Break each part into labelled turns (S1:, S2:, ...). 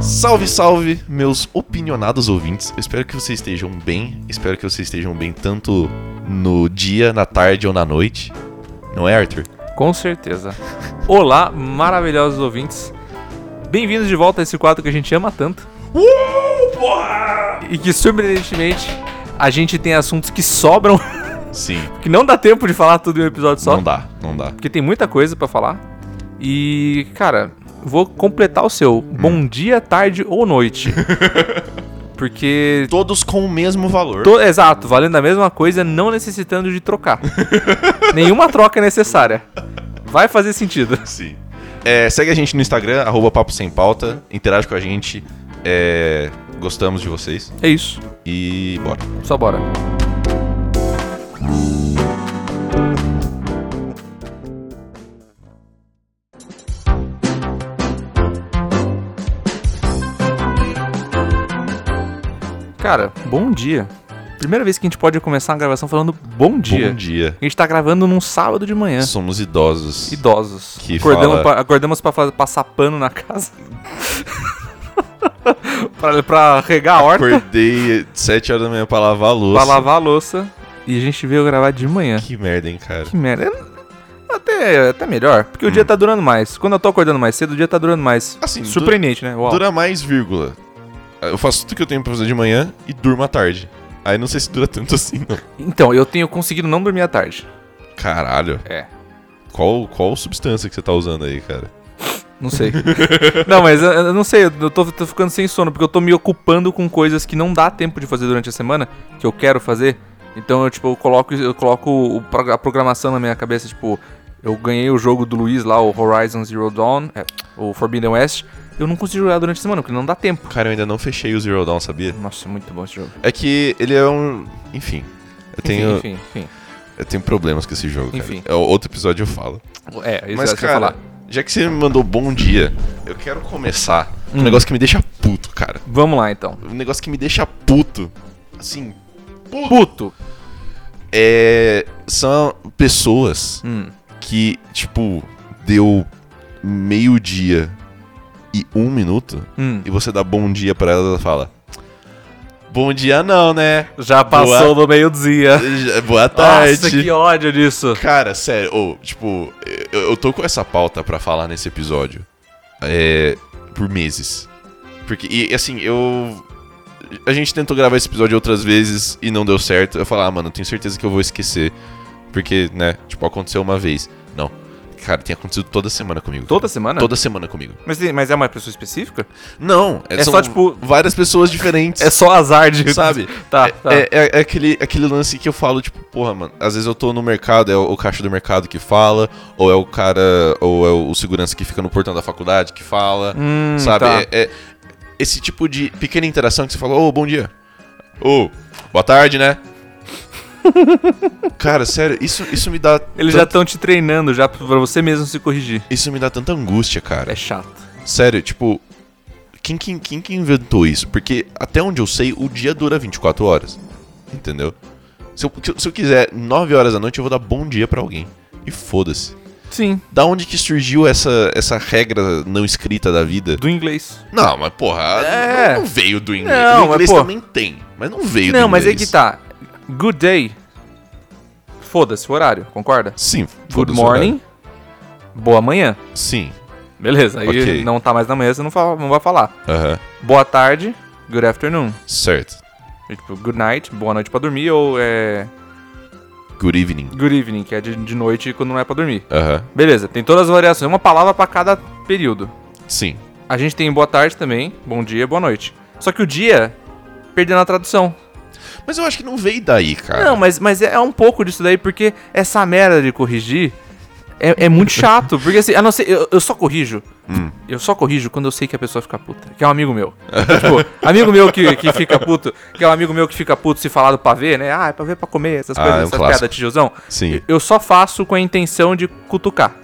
S1: Salve, salve, meus opinionados ouvintes. Eu espero que vocês estejam bem. Espero que vocês estejam bem tanto no dia, na tarde ou na noite. Não é, Arthur?
S2: Com certeza. Olá, maravilhosos ouvintes. Bem-vindos de volta a esse quadro que a gente ama tanto. E que, surpreendentemente, a gente tem assuntos que sobram,
S1: Sim,
S2: que não dá tempo de falar tudo em um episódio só.
S1: não dá, não dá.
S2: Porque tem muita coisa pra falar. E, cara, vou completar o seu. Bom dia, tarde ou noite. Porque.
S1: Todos com o mesmo valor.
S2: to- exato, valendo a mesma coisa, não necessitando de trocar. Nenhuma troca é necessária. Vai fazer sentido.
S1: Sim. É, segue a gente no Instagram, arroba Papo Sem Pauta. Interage com a gente. É, gostamos de vocês.
S2: É isso.
S1: E bora.
S2: Só bora. Cara, bom dia. Primeira vez que a gente pode começar uma gravação falando bom dia. É.
S1: Bom dia.
S2: A gente tá gravando num sábado de manhã.
S1: Somos idosos.
S2: Idosos.
S1: Que
S2: acordamos,
S1: fala-
S2: pra, acordamos pra fa- passar pano na casa. pra, pra regar a horta.
S1: Acordei 7 horas da manhã pra lavar a louça.
S2: Pra lavar a louça. E a gente veio gravar de manhã.
S1: Que merda, hein, cara.
S2: Que merda. É- Até, até melhor, porque o dia tá durando mais. Quando eu tô acordando mais cedo, o dia tá durando mais.
S1: Hum. Assim, du-
S2: Surpreendente, né? Uau.
S1: Dura mais, vírgula. Eu faço tudo que eu tenho pra fazer de manhã e durmo à tarde. Aí não sei se dura tanto assim, não.
S2: Então, eu tenho conseguido não dormir à tarde.
S1: Caralho.
S2: É.
S1: Qual, qual substância que você tá usando aí, cara?
S2: Não sei. não, mas eu, eu não sei, eu tô, tô ficando sem sono, porque eu tô me ocupando com coisas que não dá tempo de fazer durante a semana, que eu quero fazer. Então eu, tipo, eu coloco, eu coloco o pro- a programação na minha cabeça, tipo, eu ganhei o jogo do Luiz lá, o Horizon Zero Dawn, é, o Forbidden West. Eu não consigo jogar durante a semana, porque não dá tempo.
S1: Cara, eu ainda não fechei o Zero Dawn, sabia?
S2: Nossa, muito bom esse jogo.
S1: É que ele é um. Enfim. Eu tenho,
S2: Enfim, enfim, enfim.
S1: Eu tenho problemas com esse jogo,
S2: Enfim.
S1: cara. É, Outro episódio eu falo.
S2: É, isso
S1: Mas,
S2: que eu ia
S1: cara,
S2: falar.
S1: já que você me mandou bom dia, eu quero começar. com Um
S2: Hum.
S1: negócio que me deixa puto, cara.
S2: Vamos lá então.
S1: Um negócio que me deixa puto. Assim. Puto.
S2: Puto.
S1: É. São pessoas
S2: Hum.
S1: que, tipo, deu meio-dia e um minuto.
S2: Hum.
S1: E você dá bom dia pra ela e ela fala. Bom dia não, né?
S2: Já passou do meio-dia.
S1: Boa tarde.
S2: Nossa, que ódio disso.
S1: Cara, sério, ô, tipo, eu, eu tô com essa pauta pra falar nesse episódio é, por meses. Porque, e assim, eu. A gente tentou gravar esse episódio outras vezes e não deu certo. Eu falei, ah, mano, eu tenho certeza que eu vou esquecer. Porque, né, tipo, aconteceu uma vez. Não. Cara, tem acontecido toda semana comigo.
S2: Toda semana?
S1: Toda semana comigo.
S2: Mas, tem- mas é uma pessoa específica?
S1: Não, é,
S2: É
S1: são
S2: só, tipo,
S1: várias pessoas diferentes.
S2: É só azar de.
S1: Sabe?
S2: Tá,
S1: É-
S2: tá.
S1: É, é- é aquele, aquele lance que eu falo, tipo, porra, mano, às vezes eu tô no mercado, é o, o caixa do mercado que fala, ou é o cara, ou é o, segurança que fica no portão da faculdade que fala,
S2: Hum,
S1: sabe?
S2: tá.
S1: É, é esse tipo de pequena interação que você fala, ô, bom dia, ô, boa tarde, né? cara, sério, isso, isso me dá...
S2: Eles já
S1: tan-
S2: estão te treinando já pra você mesmo se corrigir.
S1: Isso me dá tanta angústia, cara.
S2: É chato.
S1: Sério, tipo... Quem, quem, quem que inventou isso? Porque até onde eu sei, o dia dura 24 horas. Entendeu? Se eu, se eu quiser 9 horas da noite, eu vou dar bom dia pra alguém. E foda-se.
S2: Sim,
S1: Da onde que surgiu essa, essa regra não escrita da vida?
S2: do inglês.
S1: Não, mas porra,
S2: É.
S1: não- não veio do inglês.
S2: Não,
S1: o
S2: mas,
S1: inglês
S2: pô.
S1: também tem, mas não veio do
S2: Não,
S1: inglês.
S2: mas aí que tá. Good day. Foda-se o horário, concorda?
S1: Sim,
S2: Good
S1: foda-se o horário.
S2: morning. Boa manhã.
S1: Sim,
S2: Beleza, aí
S1: Ok.
S2: não tá mais na manhã, você não, fala, não vai falar.
S1: aham,
S2: Boa tarde. Good afternoon.
S1: certo.
S2: É tipo, good night, boa noite pra dormir, ou é.
S1: Good evening,
S2: Good evening, que é de, de noite quando não é pra dormir.
S1: aham,
S2: Beleza, tem todas as variações, uma palavra pra cada período.
S1: sim.
S2: A gente tem boa tarde também, bom dia, boa noite. Só que o dia, perdendo a tradução.
S1: Mas eu acho que não veio daí, cara.
S2: Não, mas, mas é um pouco disso daí, porque essa merda de corrigir é, é muito chato. Porque assim, a não ser, eu, eu só corrijo.
S1: Hum.
S2: Eu só corrijo quando eu sei que a pessoa fica puta. Que é um amigo meu. tipo, amigo meu que, que fica puto, que é um amigo meu que fica puto se falar do pavê, né? Ah, é pavê pra comer, essas
S1: Ah,
S2: coisas,
S1: é um
S2: essas
S1: clássico.
S2: piadas de tiozão.
S1: Sim.
S2: Eu só faço com a intenção de cutucar.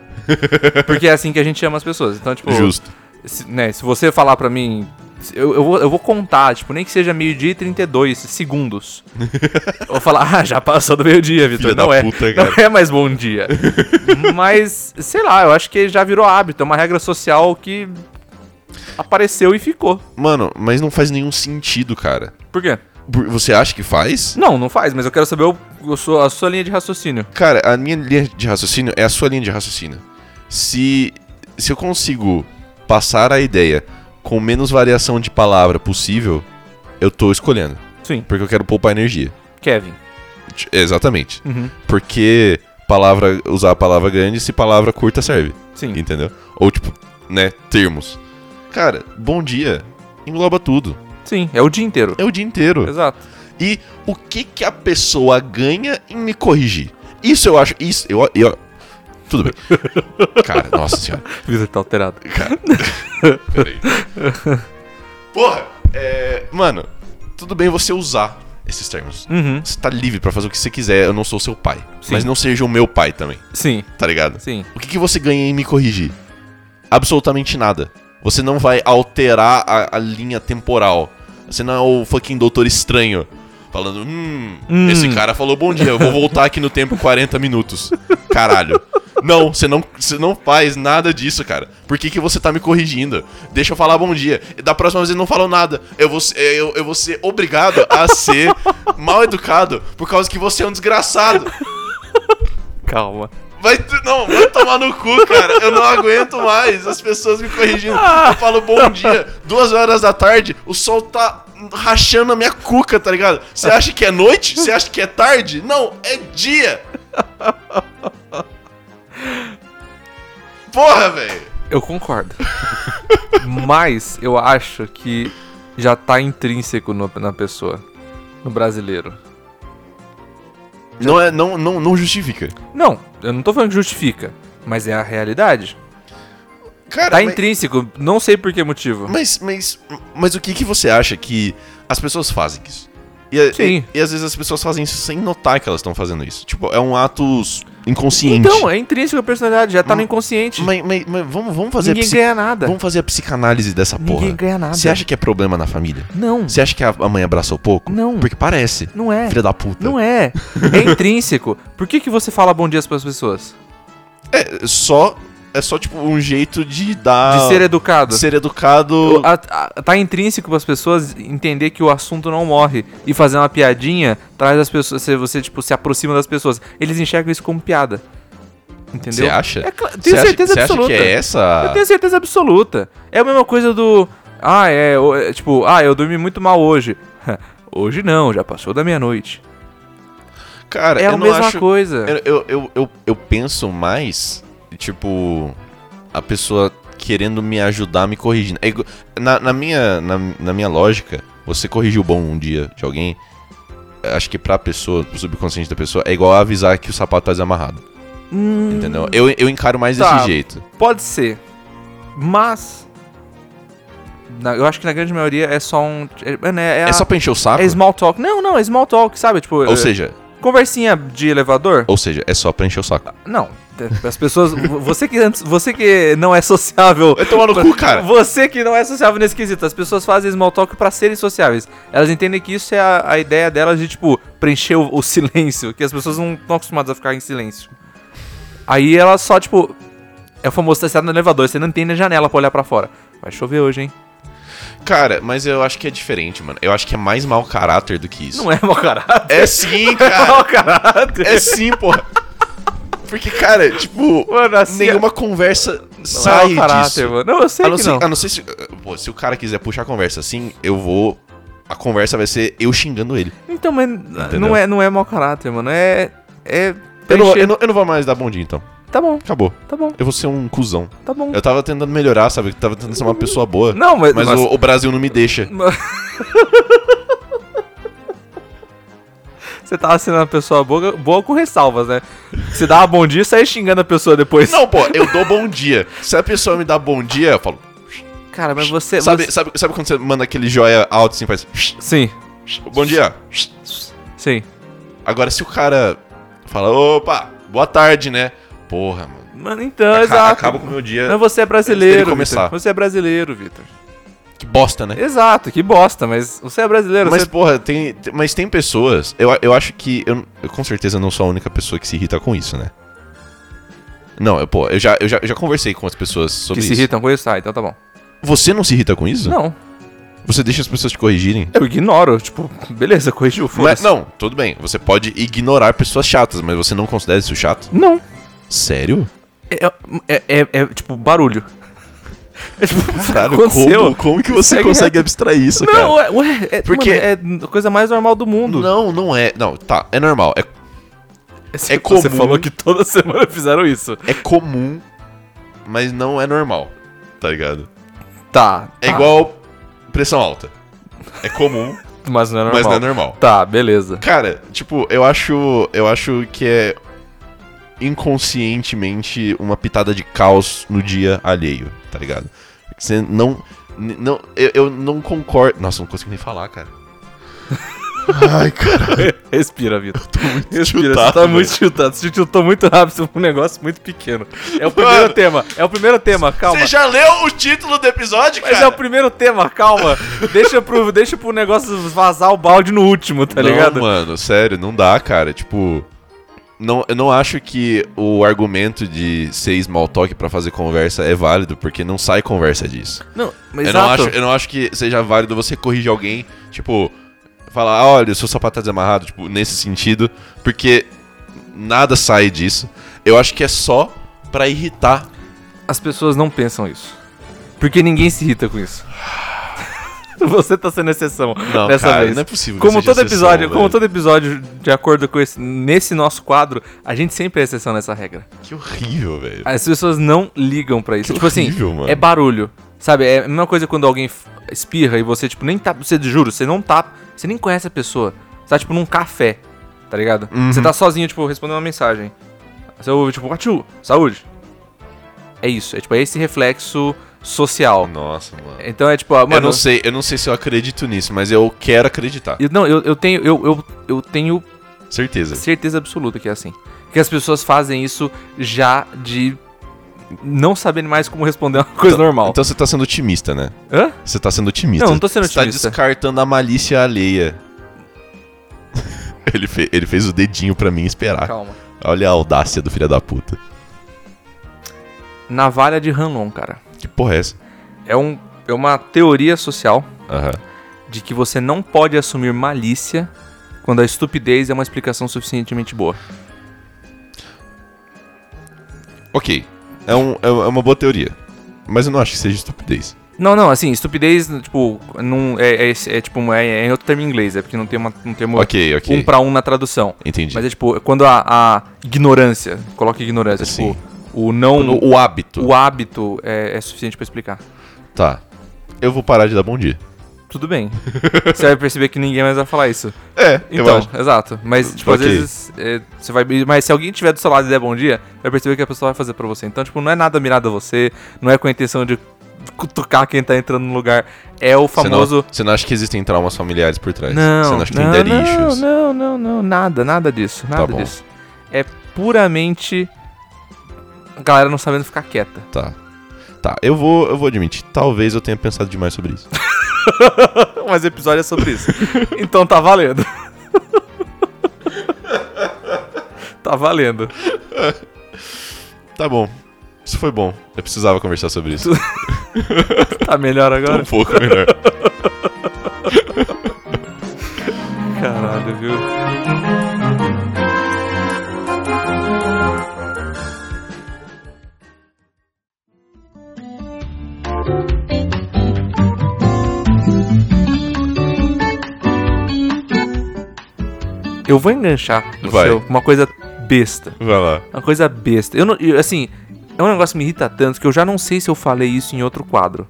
S2: Porque é assim que a gente chama as pessoas. Então, tipo,
S1: Justo.
S2: se, né, se você falar pra mim Eu, eu, vou, eu vou contar, tipo, nem que seja meio-dia e 32 segundos. eu vou falar, ah, já passou do meio-dia, Vitor.
S1: Filha
S2: Não
S1: da
S2: é.
S1: puta,
S2: não
S1: cara.
S2: é mais bom dia. Mas, sei lá, eu acho que já virou hábito. É uma regra social que apareceu e ficou.
S1: Mano, mas não faz nenhum sentido, cara.
S2: Por quê?
S1: Por- Você acha que faz?
S2: Não, não faz, mas eu quero saber o, o sua- a sua linha de raciocínio.
S1: Cara, a minha linha de raciocínio é a sua linha de raciocínio. Se, se eu consigo passar a ideia com menos variação de palavra possível, eu tô escolhendo.
S2: Sim.
S1: Porque eu quero poupar energia.
S2: Kevin.
S1: T- Exatamente.
S2: Uhum.
S1: Porque palavra usar a palavra grande se palavra curta serve.
S2: Sim.
S1: Entendeu? Ou tipo, né, termos. Cara, bom dia engloba tudo.
S2: Sim, é o dia inteiro.
S1: É o dia inteiro.
S2: Exato.
S1: E o que que a pessoa ganha em me corrigir? Isso eu acho. Isso, eu. eu tudo bem. Cara, nossa senhora.
S2: Vida tá alterado.
S1: Peraí. Porra! É, mano, tudo bem você usar esses termos.
S2: Uhum.
S1: Você tá livre pra fazer o que você quiser, eu não sou seu pai.
S2: Sim.
S1: Mas não seja o meu pai também,
S2: Sim,
S1: tá ligado?
S2: sim.
S1: O que, que você ganha em me corrigir? Absolutamente nada. Você não vai alterar a, a linha temporal. Você não é o fucking doutor estranho. Falando, hum,
S2: Hum.
S1: esse cara falou bom dia, eu vou voltar aqui no tempo 40 minutos. Caralho. Não, você não, você não faz nada disso, cara. Por que, que você tá me corrigindo? Deixa eu falar bom dia. Da próxima vez eu não falo nada. Eu vou, ser- eu, eu vou ser obrigado a ser mal educado por causa que você é um desgraçado.
S2: Calma.
S1: Vai, tu- não, vai tomar no cu, cara. Eu não aguento mais as pessoas me corrigindo. Eu falo bom dia, duas horas da tarde, o sol tá rachando a minha cuca, tá ligado? Você acha que é noite? Você acha que é tarde? Não, é dia. Porra, velho.
S2: Eu concordo. Mas eu acho que já tá intrínseco no- na pessoa. No brasileiro.
S1: Não, é, não, não, não justifica.
S2: Não, eu não tô falando que justifica. Mas é a realidade.
S1: Cara,
S2: Tá
S1: mas,
S2: intrínseco, não sei por que motivo.
S1: mas, mas, mas o que, que você acha que as pessoas fazem isso? E, é,
S2: Sim.
S1: E, e às vezes as pessoas fazem isso sem notar que elas estão fazendo isso. Tipo, é um ato inconsciente.
S2: Então, é intrínseco a personalidade, já tá no inconsciente.
S1: Mas, mas- mas vamos, vamos fazer
S2: Ninguém
S1: a psi-
S2: ganha nada.
S1: Vamos fazer a psicanálise dessa porra.
S2: Ninguém ganha nada.
S1: Você acha que é problema na família?
S2: Não,
S1: Você acha que a a mãe abraçou pouco?
S2: Não.
S1: Porque parece.
S2: não é.
S1: Filha da puta.
S2: Não é. É intrínseco. Por que, que você fala bom dia pras pessoas?
S1: É só, é só tipo um jeito de dar.
S2: De ser educado.
S1: de Ah, ser educado.
S2: O- a- a- tá intrínseco pras pessoas entender que o assunto não morre e fazer uma piadinha traz as pessoas, se você tipo se aproxima das pessoas, eles enxergam isso como piada. Entendeu?
S1: Você acha?
S2: É cla-
S1: Você
S2: tenho
S1: acha-
S2: certeza
S1: você acha
S2: absoluta.
S1: que é
S2: Eu
S1: essa?
S2: tenho certeza absoluta. É a mesma coisa do ah, é, o- é, tipo, ah, eu dormi muito mal hoje. hoje não, já passou da meia-noite.
S1: Cara,
S2: É
S1: eu
S2: a
S1: não
S2: mesma
S1: acho.
S2: coisa.
S1: Eu, eu, eu, eu, eu penso mais, tipo, a pessoa querendo me ajudar, me corrigindo. É igu- Na, na minha, na, na minha lógica, você corrigir o bom um dia de alguém, acho que pra pessoa, pro subconsciente da pessoa, é igual avisar que o sapato tá desamarrado.
S2: Hum,
S1: Entendeu? Eu, eu encaro mais
S2: Tá.
S1: desse jeito.
S2: Pode ser. Mas na- eu acho que na grande maioria é só um é, é, né, é
S1: É
S2: a-
S1: só pra encher o saco?
S2: É small talk. Não, não, é small talk, sabe? Tipo, é,
S1: Ou seja,
S2: conversinha de elevador?
S1: ou seja, é só pra encher o saco.
S2: Não. As pessoas. vo- você que antes- Você que não é sociável.
S1: Vai tomar no cu, cara.
S2: Você que não é sociável nesse quesito. As pessoas fazem small talk pra serem sociáveis. Elas entendem que isso é a, a ideia delas de, tipo, preencher o, o silêncio. Que as pessoas não estão acostumadas a ficar em silêncio. Aí elas só, tipo. É o famoso testado no elevador, você não tem na janela pra olhar pra fora. Vai chover hoje, hein?
S1: Cara, mas eu acho que é diferente, mano. Eu acho que é mais mau caráter do que isso.
S2: Não é mau caráter.
S1: É sim,
S2: É
S1: cara.
S2: mau caráter.
S1: É sim, porra. Porque, cara, tipo,
S2: Mano, assim,
S1: nenhuma conversa
S2: Não
S1: sai
S2: é o caráter,
S1: disso. assim,
S2: mano. Não, eu sei
S1: A não,
S2: que
S1: ser,
S2: não.
S1: a não ser se. Pô, se o cara quiser puxar a conversa assim, eu vou. A conversa vai ser eu xingando ele.
S2: Então, mas não
S1: Entendeu?
S2: é, não é mau caráter, mano. É. É.
S1: Eu não,
S2: preencher-
S1: eu, não, eu não vou mais dar bom dia, então.
S2: Tá bom,
S1: Acabou.
S2: tá bom,
S1: Eu vou ser um cuzão.
S2: tá bom.
S1: Eu tava tentando melhorar, sabe? Eu tava tentando ser uma pessoa boa.
S2: Não, mas.
S1: mas
S2: nossa,
S1: o, o Brasil não me deixa.
S2: Você tava sendo uma pessoa boa, boa com ressalvas, né? Você dava bom dia e saia xingando a pessoa depois.
S1: Não, pô, eu dou bom dia. Se a pessoa me dá bom dia, eu falo.
S2: Cara, É, mas você.
S1: Sabe,
S2: você-
S1: sabe, sabe quando você manda aquele joia alto assim, faz.
S2: Sim,
S1: Bom dia.
S2: sim.
S1: Agora, se o cara fala, opa, boa tarde, né? Porra, mano.
S2: Mano, então,
S1: Aca-
S2: exato.
S1: Acaba com o meu dia.
S2: Mas você é brasileiro.
S1: começar.
S2: Vitor. Você é brasileiro, Vitor.
S1: Que bosta, né?
S2: Exato, que bosta, mas você é brasileiro,
S1: Mas,
S2: você...
S1: porra, tem, tem- mas tem pessoas. Eu, eu acho que. Eu, eu com certeza não sou a única pessoa que se irrita com isso, né? Não, eu, pô, eu já, eu já, eu já conversei com as pessoas sobre
S2: que se
S1: isso.
S2: irritam com isso. Ah, então tá bom.
S1: Você não se irrita com isso?
S2: Não,
S1: Você deixa as pessoas te corrigirem?
S2: eu ignoro, tipo, beleza, corrigiu,
S1: Mas,
S2: foda-se.
S1: não, tudo bem. Você pode ignorar pessoas chatas, mas você não considera isso chato?
S2: Não.
S1: Sério?
S2: É, é- é- é, tipo barulho. É tipo,
S1: Caralho,
S2: aconteceu.
S1: como, como que você
S2: Segue
S1: consegue abstrair isso, cara?
S2: Não, ué, ué, é,
S1: Porque-
S2: Porque... é a coisa mais normal do mundo.
S1: Não, não é. Não, tá, é normal. É,
S2: Você-
S1: é comum.
S2: Você falou que toda semana fizeram isso.
S1: é comum, mas não é normal. Tá ligado?
S2: Tá.
S1: É
S2: tá,
S1: igual pressão alta. É comum,
S2: Mas não é normal.
S1: mas não é normal.
S2: Tá, beleza.
S1: Cara, tipo, eu acho, eu acho que é inconscientemente uma pitada de caos no dia alheio, tá ligado? Você não, n- não eu, eu não concordo. Nossa, eu não consigo nem falar, cara. Ai, cara,
S2: Respira, Vitor. Respira,
S1: chutado,
S2: você tá
S1: velho.
S2: muito chutado. Você chutou muito rápido pra um negócio muito pequeno. É o primeiro
S1: Mano.
S2: tema. É o primeiro tema, calma.
S1: Você já leu o título do episódio,
S2: Mas
S1: cara?
S2: é o primeiro tema, calma. deixa, pro, deixa pro negócio vazar o balde no último, tá
S1: não,
S2: ligado?
S1: mano, sério, não dá, cara. Tipo, não, eu não acho que o argumento de ser small talk pra fazer conversa é válido, porque não sai conversa disso.
S2: Não, mas
S1: Eu não, acho, eu não acho que seja válido você corrigir alguém, tipo, falar, "Ah, olha, o seu sapato tá desamarrado, tipo, nesse sentido, porque nada sai disso. Eu acho que é só pra irritar.
S2: As pessoas não pensam isso. Porque ninguém se irrita com isso. Você tá sendo exceção
S1: Não,
S2: dessa
S1: cara,
S2: vez.
S1: não é possível que
S2: Como
S1: seja
S2: todo
S1: exceção,
S2: episódio, como
S1: velho.
S2: todo episódio, de acordo com esse, nesse nosso quadro, a gente sempre é exceção nessa regra.
S1: Que horrível, velho.
S2: As pessoas não ligam pra isso.
S1: Que
S2: tipo
S1: horrível,
S2: assim,
S1: mano.
S2: é barulho. Sabe, é a mesma coisa quando alguém f- espirra e você, tipo, nem tá. Você juro, você não tá. Você nem conhece a pessoa. Você tá, tipo, num café, tá ligado?
S1: Uhum.
S2: Você tá sozinho, tipo, respondendo uma mensagem. Você ouve, tipo, Achu, saúde. É isso, é tipo, é esse reflexo social.
S1: Nossa, mano.
S2: Então é tipo, ah, mano.
S1: eu não sei, eu não sei se eu acredito nisso, mas eu quero acreditar.
S2: eu- não, eu, eu tenho. Eu, eu, eu tenho
S1: Certeza.
S2: certeza absoluta que é assim. Que as pessoas fazem isso já de. Não sabendo mais como responder uma coisa normal.
S1: Então você tá sendo otimista, né?
S2: Hã?
S1: Você tá sendo otimista.
S2: Não, não tô sendo
S1: Você tá
S2: otimista.
S1: descartando a malícia alheia. ele, fe- ele fez o dedinho pra mim esperar.
S2: Calma.
S1: Olha a audácia do filho da puta.
S2: Navalha de Hanlon, cara.
S1: Que porra é essa?
S2: É, um, é uma teoria social
S1: Aham.
S2: de que você não pode assumir malícia quando a estupidez é uma explicação suficientemente boa.
S1: Ok. É, um- é um- é uma boa teoria. Mas eu não acho que seja estupidez.
S2: Não, não, assim, estupidez, tipo, não, é, é, é tipo, um- é, é outro termo em inglês, é porque não tem uma, um termo
S1: Ok, ok.
S2: um pra um na tradução.
S1: Entendi.
S2: Mas é tipo, quando a, a ignorância, coloca ignorância,
S1: Sim.
S2: tipo, o não,
S1: o, o hábito.
S2: o hábito é, é suficiente pra explicar.
S1: Tá. Eu vou parar de dar bom dia.
S2: Tudo bem. Você vai perceber que ninguém mais vai falar isso.
S1: É, eu
S2: Então,
S1: acho.
S2: exato. Mas, tipo,
S1: Ok.
S2: às vezes é, você vai. Mas se alguém tiver do seu lado e der bom dia, vai perceber que a pessoa vai fazer pra você. Então, tipo, não é nada mirado a você, não é com a intenção de cutucar quem tá entrando no lugar. É o
S1: Você não-
S2: famoso.
S1: Você não, acha que existem traumas familiares por trás?
S2: Não,
S1: Você
S2: não,
S1: não acha que tem
S2: não,
S1: daddy
S2: não,
S1: issues? Tá
S2: não, não, nada, nada disso, nada
S1: bom.
S2: disso. É puramente a galera não sabendo ficar quieta.
S1: Tá. Tá, eu vou, eu vou admitir. Talvez eu tenha pensado demais sobre isso.
S2: Mas o episódio é sobre isso. então tá valendo. tá valendo.
S1: Tá bom. Isso foi bom. Eu precisava conversar sobre isso.
S2: Tá melhor
S1: Tá
S2: agora?
S1: um pouco melhor.
S2: Caralho, viu? Eu vou enganchar no
S1: Vai.
S2: seu, uma coisa besta.
S1: Vai lá.
S2: Uma coisa besta. Eu não, eu, assim, é um negócio que me irrita tanto que eu já não sei se eu falei isso em outro quadro.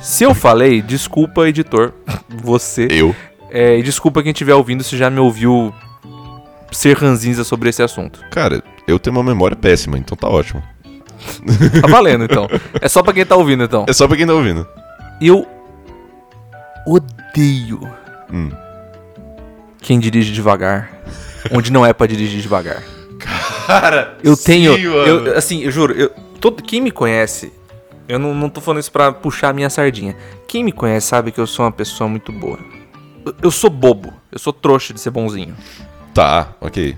S2: Se eu falei, desculpa, editor, você.
S1: Eu.
S2: É, e desculpa quem estiver ouvindo se já me ouviu ser ranzinza sobre esse assunto.
S1: Cara, eu tenho uma memória péssima, então tá ótimo.
S2: Tá valendo, então. É só pra quem tá ouvindo, então.
S1: É só pra quem tá ouvindo.
S2: Eu odeio
S1: Hum.
S2: quem dirige devagar, onde não é pra dirigir devagar. Eu tenho. eu- assim, eu juro, eu, todo, quem me conhece Eu não, não tô falando isso pra puxar a minha sardinha. Quem me conhece sabe que eu sou uma pessoa muito boa. Eu- Eu sou bobo. Eu sou trouxa de ser bonzinho.
S1: Tá, ok.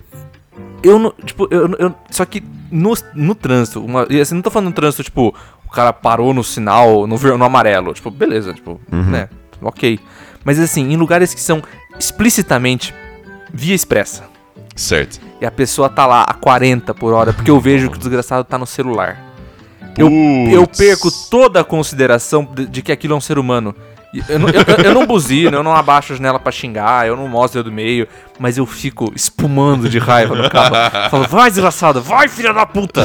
S2: Eu não. Tipo, eu, eu- Só que no, no trânsito, uma, e assim, não tô falando no trânsito, tipo, o cara parou no sinal, no, ver- no amarelo. Tipo, beleza, tipo, né? Ok. Mas assim, em lugares que são explicitamente via expressa.
S1: Certo.
S2: E a pessoa tá lá a 40 por hora, porque eu vejo que o desgraçado tá no celular. Eu
S1: Putz.
S2: perco toda a consideração de, de que aquilo é um ser humano. E Eu não, eu, eu- eu não buzino, eu não abaixo a janela pra xingar, eu não mostro o dedo do meio, mas eu fico espumando de raiva no carro. Eu Falo, vai desgraçado, vai filha da puta!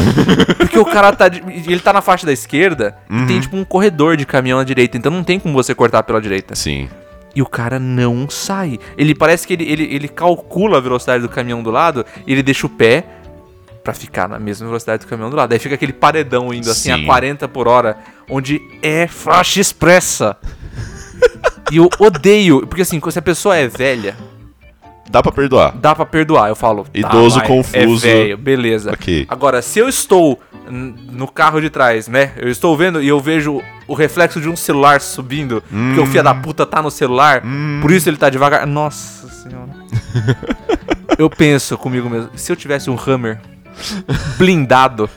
S2: Porque o cara tá. de- e Ele tá na faixa da esquerda e tem tipo um corredor de caminhão à direita, então não tem como você cortar pela direita.
S1: Sim.
S2: E o cara não sai. Ele parece que ele, ele, ele calcula a velocidade do caminhão do lado e ele deixa o pé pra ficar na mesma velocidade do caminhão do lado. Aí fica aquele paredão indo assim
S1: Sim.
S2: a 40 por hora, onde é faixa expressa. e eu odeio, porque assim, se a pessoa é velha,
S1: Dá pra perdoar.
S2: dá pra perdoar. Eu falo, tá,
S1: Idoso
S2: vai,
S1: confuso.
S2: É velho, beleza.
S1: Ok.
S2: Agora, se eu estou n- no carro de trás, né? Eu estou vendo e eu vejo o reflexo de um celular subindo, porque o filho
S1: Hum.
S2: da puta tá no celular, por isso ele tá devagar. Nossa senhora. eu penso comigo mesmo, se eu tivesse um Hammer blindado,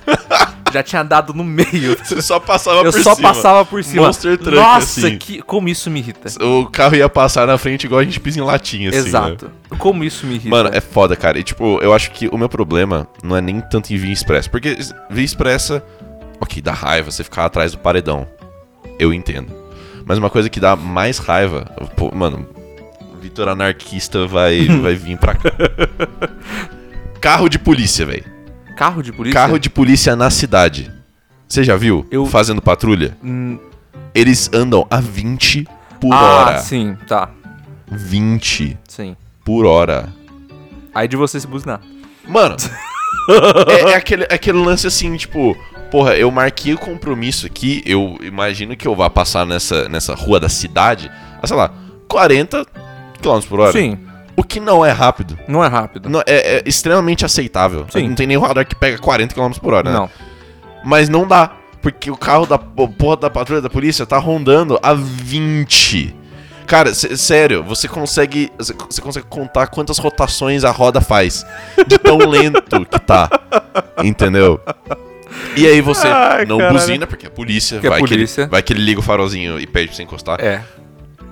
S2: já tinha dado no meio.
S1: Você só passava
S2: Eu
S1: por
S2: só
S1: cima.
S2: passava por cima.
S1: Monster truck,
S2: Nossa,
S1: assim.
S2: que, como isso me irrita.
S1: O carro ia passar na frente igual a gente pisa em latinha, assim. né?
S2: Exato. Como isso me irrita.
S1: Mano, é foda, cara. E, tipo, eu acho que o meu problema não é nem tanto em via expressa. Porque via expressa, ok, dá raiva você ficar atrás do paredão. Eu entendo. Mas uma coisa que dá mais raiva, pô, mano, o Vitor Anarquista vai, vai vir pra cá. Carro de polícia, velho.
S2: Carro de polícia?
S1: Carro de polícia na cidade. Você já viu?
S2: Eu-
S1: Fazendo patrulha?
S2: Hum,
S1: Eles andam a 20 por
S2: ah,
S1: hora.
S2: sim, tá.
S1: 20
S2: Sim.
S1: por hora.
S2: Aí de você se buzinar.
S1: Mano, é, é aquele, é aquele lance assim, tipo, porra, eu marquei o compromisso aqui, eu imagino que eu vá passar nessa, nessa rua da cidade, a, sei lá, 40 km por hora.
S2: Sim,
S1: O que não é rápido.
S2: não é rápido.
S1: Não- é, é extremamente aceitável.
S2: Sim.
S1: Não tem nenhum radar que pega 40 km por hora, né?
S2: Não.
S1: Mas não dá. Porque o carro da po- porra da patrulha da polícia tá rondando a 20. Cara, sé- sério, você consegue. Você co- você consegue contar quantas rotações a roda faz. De tão lento que tá. Entendeu? E aí você
S2: Ai,
S1: não
S2: caralho.
S1: buzina, porque é polícia.
S2: Porque é
S1: vai, Que
S2: polícia.
S1: ele, vai que ele liga o farolzinho e pede pra você encostar.
S2: É,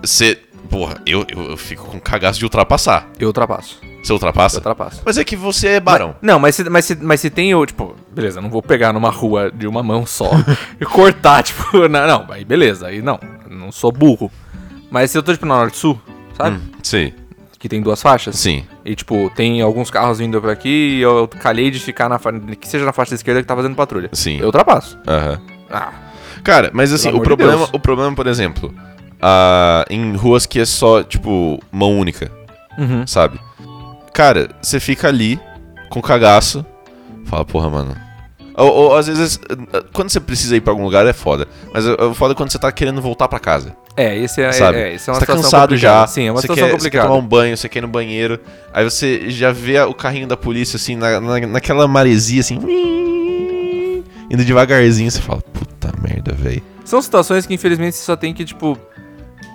S1: Você. Porra, eu, eu, eu fico com cagaço de ultrapassar.
S2: eu ultrapasso.
S1: Você
S2: Eu
S1: ultrapassa?
S2: ultrapasso.
S1: Mas é que você é barão.
S2: Não, mas se, mas, se, mas se tem o, tipo, beleza, não vou pegar numa rua de uma mão só e cortar, tipo, na- não, aí beleza, aí não, não sou burro. Mas se eu tô, tipo, na Norte Sul, sabe?
S1: Hum, Sim,
S2: Que tem duas faixas.
S1: sim.
S2: E, tipo, tem alguns carros vindo por aqui e eu calhei de ficar na faixa, que seja na faixa da esquerda que tá fazendo patrulha.
S1: Sim.
S2: Eu ultrapasso.
S1: Aham.
S2: Ah,
S1: Cara, mas assim, o
S2: Pelo amor de
S1: problema,
S2: Deus.
S1: o problema, por exemplo, ah, em ruas que é só, tipo, mão única,
S2: uhum.
S1: sabe? Cara, você fica ali com cagaço, fala, porra, mano. Ou, ou, às vezes, eh, quando você precisa ir pra algum lugar é foda. Mas é é foda quando você tá querendo voltar pra casa,
S2: É, esse é,
S1: sabe?
S2: é, esse é uma
S1: você tá
S2: situação
S1: cansado
S2: complicada.
S1: já.
S2: Sim, é uma
S1: você
S2: situação
S1: quer, Você quer
S2: complicada.
S1: tomar um banho, você quer ir no banheiro. Aí você já vê o carrinho da polícia, assim, na, na- naquela maresia, assim. Indo devagarzinho, você fala, puta merda, véi.
S2: São situações que, infelizmente, você só tem que, tipo,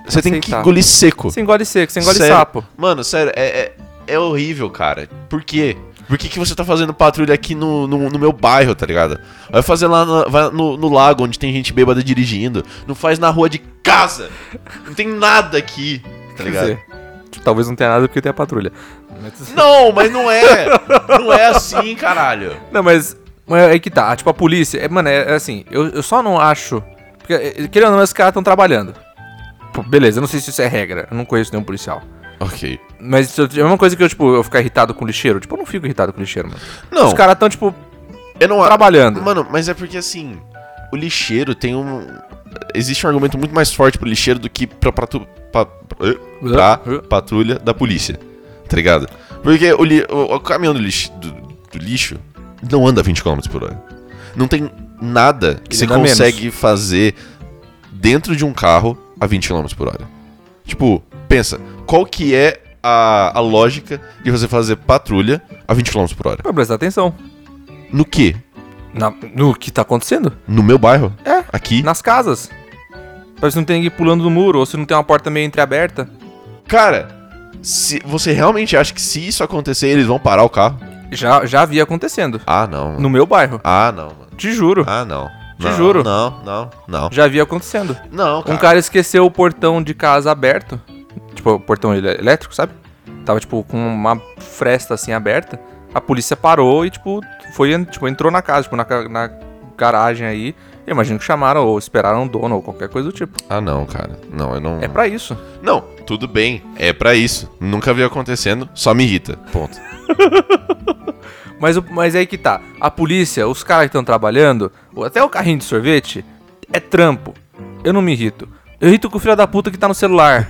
S1: Você tem que
S2: Aceitar.
S1: engolir seco.
S2: você engole seco, você engole
S1: Sério.
S2: sapo.
S1: Mano, sério, é, é, é horrível, cara. Por quê? Por que, que você tá fazendo patrulha aqui no, no, no meu bairro, tá ligado? Vai fazer lá na- vai no, no lago, onde tem gente bêbada dirigindo. Não faz na rua de casa. Não tem nada aqui, tá
S2: Quer
S1: ligado?
S2: dizer, tipo, talvez não tenha nada porque tem a patrulha. Mas-
S1: Não, mas não é. Não é assim, caralho.
S2: Não, mas, mas é que tá. Tipo, a polícia. É, mano, é, é assim, eu, eu só não acho. Porque, é, querendo ou não, esses caras estão trabalhando. Pô, beleza, eu não sei se isso é regra. Eu não conheço nenhum policial.
S1: Ok.
S2: Mas isso é uma coisa que eu, tipo, eu ficar irritado com lixeiro. Tipo, eu não fico irritado com lixeiro, mano.
S1: Não,
S2: Os caras estão, tipo,
S1: eu não a-
S2: trabalhando.
S1: Mano, mas é porque assim, o lixeiro tem um. Existe um argumento muito mais forte pro lixeiro do que pra, pra, tu- pra, pra, pra
S2: Hã?
S1: patrulha da polícia. Tá ligado? Porque o, li- o- o caminhão do lixo, do, do lixo não anda 20 km por hora. Não tem nada que
S2: Ele
S1: você
S2: anda menos.
S1: consegue fazer dentro de um carro a 20 km por hora. Tipo, pensa, qual que é a, a lógica de você fazer patrulha a 20 km por hora?
S2: Pra prestar atenção.
S1: No quê?
S2: Na- no que tá acontecendo?
S1: No meu bairro?
S2: É.
S1: Aqui?
S2: Nas casas. Pra ver se não tem ninguém pulando do muro, ou se não tem uma porta meio entreaberta.
S1: Cara, se você realmente acha que se isso acontecer, eles vão parar o carro?
S2: Já, já havia acontecendo.
S1: Ah, não. mano.
S2: No meu bairro.
S1: Ah, não, mano.
S2: Te juro.
S1: Ah, não.
S2: Te
S1: Não,
S2: juro.
S1: Não, não, não.
S2: Já havia acontecendo.
S1: Não,
S2: Um
S1: cara.
S2: cara esqueceu o portão de casa aberto. Tipo, o portão ele- elétrico, sabe? Tava, tipo, com uma fresta assim aberta. A polícia parou e, tipo, foi, tipo, entrou na casa, tipo, na, ca- na garagem aí. Eu imagino que chamaram ou esperaram o dono ou qualquer coisa do tipo.
S1: Ah, não, cara. Não, eu não.
S2: É pra isso.
S1: Não, tudo bem. É pra isso. Nunca vi acontecendo, só me irrita. Ponto.
S2: Mas, o- mas aí que tá. A polícia, os caras que estão trabalhando, ou até o carrinho de sorvete, é trampo. Eu não me irrito. Eu irrito com o filho da puta que tá no celular.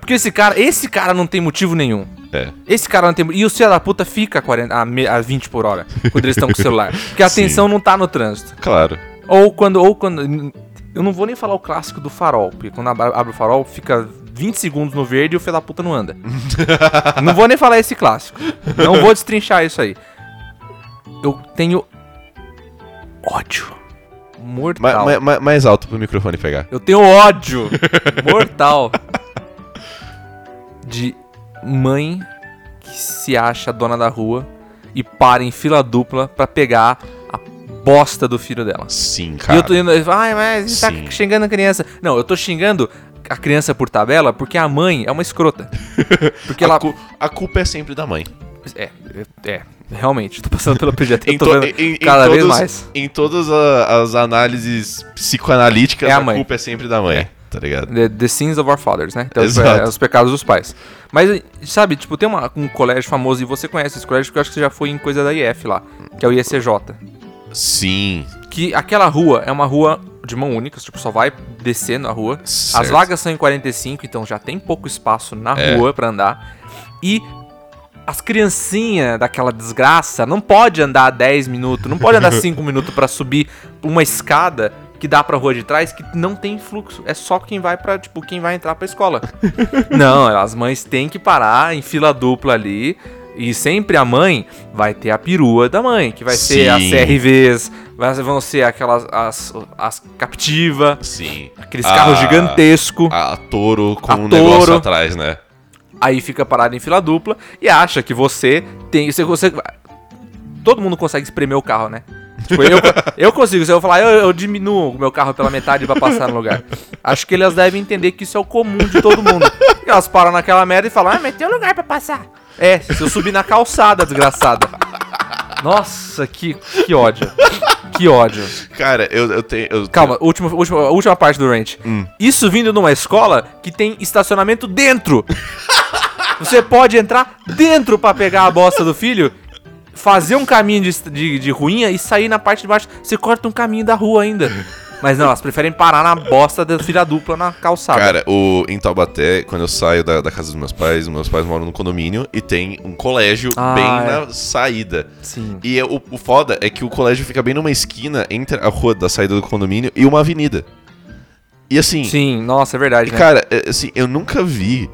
S2: Porque esse cara, esse cara não tem motivo nenhum.
S1: É.
S2: Esse cara não tem. E o filho da puta fica a, 40, a, me- a 20 por hora quando eles estão com o celular. Porque a
S1: Sim.
S2: atenção não tá no trânsito.
S1: Claro.
S2: Ou quando. Ou quando. Eu não vou nem falar o clássico do farol, porque quando ab- abre o farol, fica 20 segundos no verde e o filho da puta não anda. não vou nem falar esse clássico. Não vou destrinchar isso aí. Eu tenho ódio.
S1: Ma-
S2: Mortal.
S1: ma- ma- mais alto pro microfone pegar.
S2: Eu tenho ódio mortal de mãe que se acha dona da rua e para em fila dupla pra pegar a bosta do filho dela.
S1: Sim,
S2: E
S1: cara.
S2: eu tô indo, ai, mas tá
S1: Tá. Sim.
S2: xingando a criança. Não, eu tô xingando a criança por tabela porque a mãe é uma escrota. Porque
S1: a,
S2: ela.
S1: cu- a culpa é sempre da mãe.
S2: É, é, é, realmente, tô passando pela PGT,
S1: Em
S2: eu tô
S1: to-
S2: vendo
S1: em- em
S2: cada vez
S1: todos-
S2: mais.
S1: Em todas a- as análises psicoanalíticas,
S2: É a
S1: a,
S2: mãe.
S1: culpa é sempre da mãe. Tá ligado?
S2: The, the sins of our fathers, né? Então, tipo,
S1: Exato.
S2: é, os pecados dos pais. Mas, sabe, tipo, tem uma- um colégio famoso, e você conhece esse colégio, porque eu acho que você já foi em coisa da IF lá, que é o IECJ.
S1: Sim.
S2: Que aquela rua é uma rua de mão única, tipo, só vai descendo a rua. As
S1: certo.
S2: vagas são em 45, então já tem pouco espaço na
S1: É.
S2: rua pra andar. E as criancinhas daquela desgraça não pode andar 10 minutos, não pode andar 5 minutos pra subir uma escada que dá pra rua de trás que não tem fluxo. É só quem vai para tipo, quem vai entrar pra escola. não, as mães têm que parar em fila dupla ali. E sempre a mãe vai ter a perua da mãe, que vai ser as
S1: Sim.
S2: CRVs, vai- vão ser aquelas as, as captiva,
S1: Sim.
S2: aqueles carros
S1: Ah.
S2: gigantesco.
S1: A touro com
S2: A
S1: um negócio
S2: touro.
S1: atrás, né?
S2: aí fica parado em fila dupla e acha que você tem. Você, você, todo mundo consegue espremer o carro, né? Tipo, eu, eu consigo, se eu falar, eu, eu diminuo o meu carro pela metade pra passar no lugar. Acho que elas devem entender que isso é o comum de todo mundo. E elas param naquela merda e falam, ah, mas tem um lugar pra passar. É, se eu subir na calçada, desgraçada. Nossa, que, que ódio. Que ódio.
S1: Cara, eu, eu tenho. eu-
S2: Calma, última, última, última parte do rant.
S1: Hum.
S2: Isso vindo numa escola que tem estacionamento dentro. Você pode entrar dentro pra pegar a bosta do filho, fazer um caminho de, est- de, de ruinha e sair na parte de baixo. Você corta um caminho da rua ainda. Mas não, elas preferem parar na bosta da filha dupla na calçada.
S1: Cara, o, em Taubaté, quando eu saio da, da casa dos meus pais, meus pais moram num condomínio e tem um colégio
S2: Ah,
S1: bem
S2: é.
S1: na saída.
S2: Sim.
S1: E é o, o foda é que o colégio fica bem numa esquina entre a rua da saída do condomínio e uma avenida. E assim,
S2: Sim, nossa, é verdade,
S1: e,
S2: né?
S1: cara, é, assim, eu nunca vi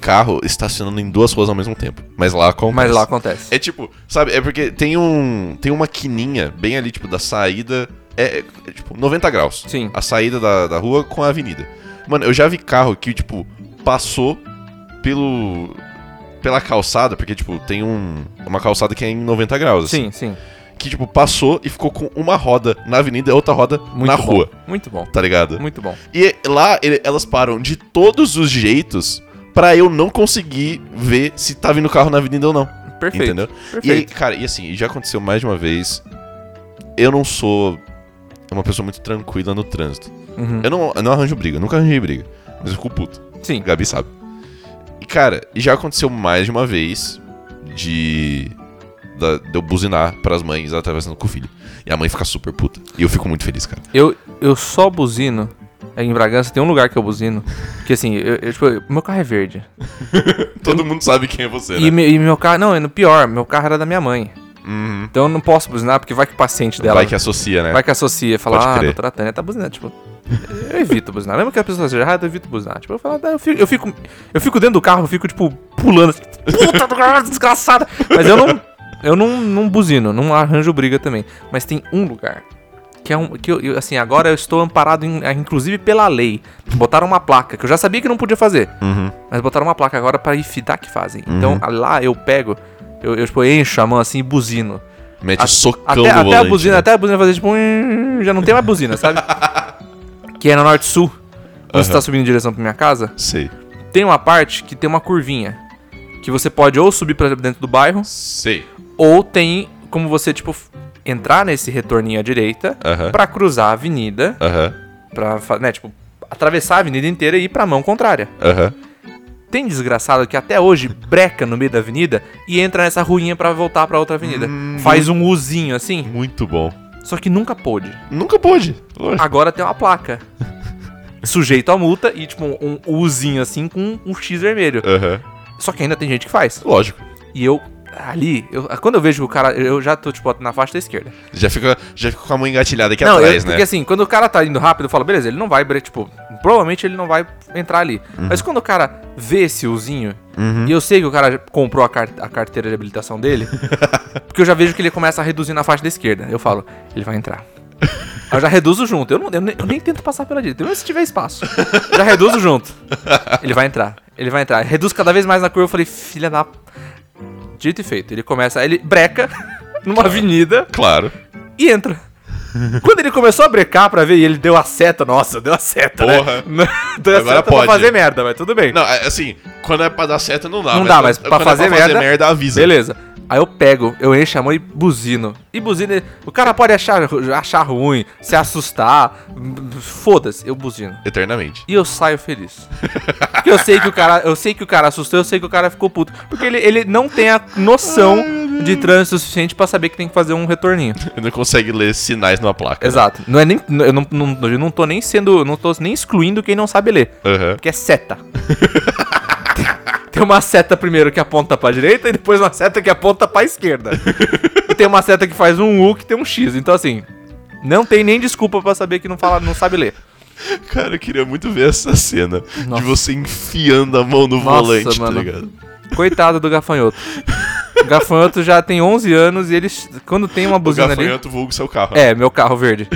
S1: carro estacionando em duas ruas ao mesmo tempo. Mas lá acontece.
S2: Mas lá acontece.
S1: É tipo, sabe, é porque tem um. Tem uma quininha bem ali, tipo, da saída. É, é, é, tipo, 90 graus.
S2: Sim.
S1: A saída da, da rua com a avenida. Mano, eu já vi carro que, tipo, passou pelo. pela calçada, porque, tipo, tem um. Uma calçada que é em 90 graus. assim,
S2: Sim, sim.
S1: que, tipo, passou e ficou com uma roda na avenida e outra roda
S2: Muito
S1: na
S2: bom.
S1: rua,
S2: Muito bom.
S1: tá ligado?
S2: Muito bom.
S1: E lá ele- elas param de todos os jeitos pra eu não conseguir ver se tá vindo carro na avenida ou não.
S2: Perfeito.
S1: Entendeu? E aí,
S2: Perfeito.
S1: cara, e assim, já aconteceu mais de uma vez. Eu não sou uma pessoa muito tranquila no trânsito.
S2: Uhum.
S1: Eu não, eu não arranjo briga, eu nunca arranjei briga. Mas eu fico puto.
S2: Sim.
S1: Gabi sabe. E, cara, já aconteceu mais de uma vez de. da- de eu buzinar pras mães atravessando com o filho. E a mãe fica super puta. E eu fico muito feliz, cara.
S2: Eu, eu só buzino. Em Bragança tem um lugar que eu buzino. Que assim, eu, eu, tipo, meu carro é verde.
S1: Todo mundo sabe quem é você,
S2: E, me- e meu carro. Não, é no pior, meu carro era da minha mãe.
S1: Uhum.
S2: Então eu não posso buzinar, porque vai que o paciente dela.
S1: Vai que associa, né?
S2: vai que associa,
S1: Pode
S2: fala, ah, a
S1: crer."
S2: doutora Tânia tá buzinando. Tipo, eu evito buzinar. Lembra que a pessoa seja errada, eu evito buzinar. Tipo, eu falo, "Ah, eu fico, eu fico. eu fico dentro do carro, eu fico, tipo, pulando. assim, Puta do caralho, desgraçada. Mas eu não. Eu não, não buzino, não arranjo briga também. Mas tem um lugar. Que é um. Que eu, eu, assim, agora eu estou amparado, em- ah, inclusive, pela lei. Botaram uma placa, que eu já sabia que não podia fazer.
S1: Uhum.
S2: Mas botaram uma placa agora pra evitar que fazem. Então a- lá eu pego, eu, eu tipo, encho a mão assim e buzino.
S1: Mete
S2: A-
S1: o socão
S2: Até,
S1: no
S2: até
S1: volante.
S2: a buzina,
S1: né?
S2: até a buzina fazer tipo. "Hum", Já não tem mais buzina, sabe? que é na Norte Sul. Quando você
S1: Aham.
S2: tá subindo em direção pra minha casa,
S1: Sei.
S2: tem uma parte que tem uma curvinha. Que você pode ou subir pra dentro do bairro,
S1: Sei.
S2: ou tem como você, tipo, f- entrar nesse retorninho à direita
S1: Aham.
S2: pra cruzar a avenida,
S1: Aham.
S2: pra, fa- né, tipo, atravessar a avenida inteira e ir pra mão contrária.
S1: Aham.
S2: Tem desgraçado que até hoje breca no meio da avenida e entra nessa ruinha pra voltar pra outra avenida.
S1: Hum,
S2: Faz um uzinho assim,
S1: Muito bom.
S2: só que nunca pôde.
S1: Nunca pôde. Lógico.
S2: Agora tem uma placa. Sujeito à multa e, tipo, um uzinho assim com um X vermelho.
S1: Aham.
S2: Só que ainda tem gente que faz.
S1: Lógico.
S2: E eu, ali, eu- quando eu vejo o cara, eu já tô, tipo, na faixa da esquerda.
S1: Já fica, já fica com a mão engatilhada aqui
S2: não,
S1: atrás,
S2: eu,
S1: né?
S2: porque assim, quando o cara tá indo rápido, eu falo, beleza, ele não vai, bre- tipo, provavelmente ele não vai entrar ali.
S1: Uhum.
S2: Mas quando o cara vê esse uzinho, e eu sei que o cara comprou a, car- a carteira de habilitação dele, porque eu já vejo que ele começa a reduzir na faixa da esquerda. Eu falo, ele vai entrar. Aí Eu já reduzo junto. Eu, não, eu, nem, eu nem tento passar pela direita, mesmo se tiver espaço. Eu já reduzo junto. Ele vai entrar. Ele vai entrar. Reduz cada vez mais na curva. Eu falei, filha da. Dito e feito. Ele começa. aí Ele breca numa avenida
S1: Claro.
S2: e entra. Quando ele começou a brecar pra ver e ele deu a seta, nossa, deu a seta,
S1: Porra.
S2: né? deu a
S1: Agora
S2: seta
S1: pode.
S2: pra fazer merda, mas tudo bem.
S1: Não, é assim, quando é pra dar seta não dá.
S2: Não dá,
S1: quando-
S2: mas pra
S1: quando é
S2: fazer merda-
S1: avisa.
S2: Beleza. Aí eu pego, eu encho a mão e buzino. E buzino, o cara pode achar, achar ruim, se assustar, foda-se, eu buzino.
S1: Eternamente.
S2: E eu saio feliz. Porque eu sei que o cara, eu sei que o cara assustou, eu sei que o cara ficou puto. Porque ele, ele não tem a noção de trânsito suficiente pra saber que tem que fazer um retorninho.
S1: Não consegue ler sinais numa placa. né?
S2: Exato. Não é nem. Eu não, não, eu não tô nem sendo. Não tô nem excluindo quem não sabe ler.
S1: Aham.
S2: Porque é seta. Tem uma seta primeiro que aponta pra direita e depois uma seta que aponta pra esquerda. e tem uma seta que faz um U que tem um X. Então assim, não tem nem desculpa pra saber que não fala, não sabe ler.
S1: Cara, eu queria muito ver essa cena
S2: Nossa.
S1: de você enfiando a mão no
S2: Nossa,
S1: volante,
S2: mano.
S1: tá ligado?
S2: Coitado do gafanhoto. O gafanhoto já tem 11 anos e ele quando tem uma
S1: O
S2: buzina ali,
S1: gafanhoto vulgo seu carro.
S2: é, meu carro verde.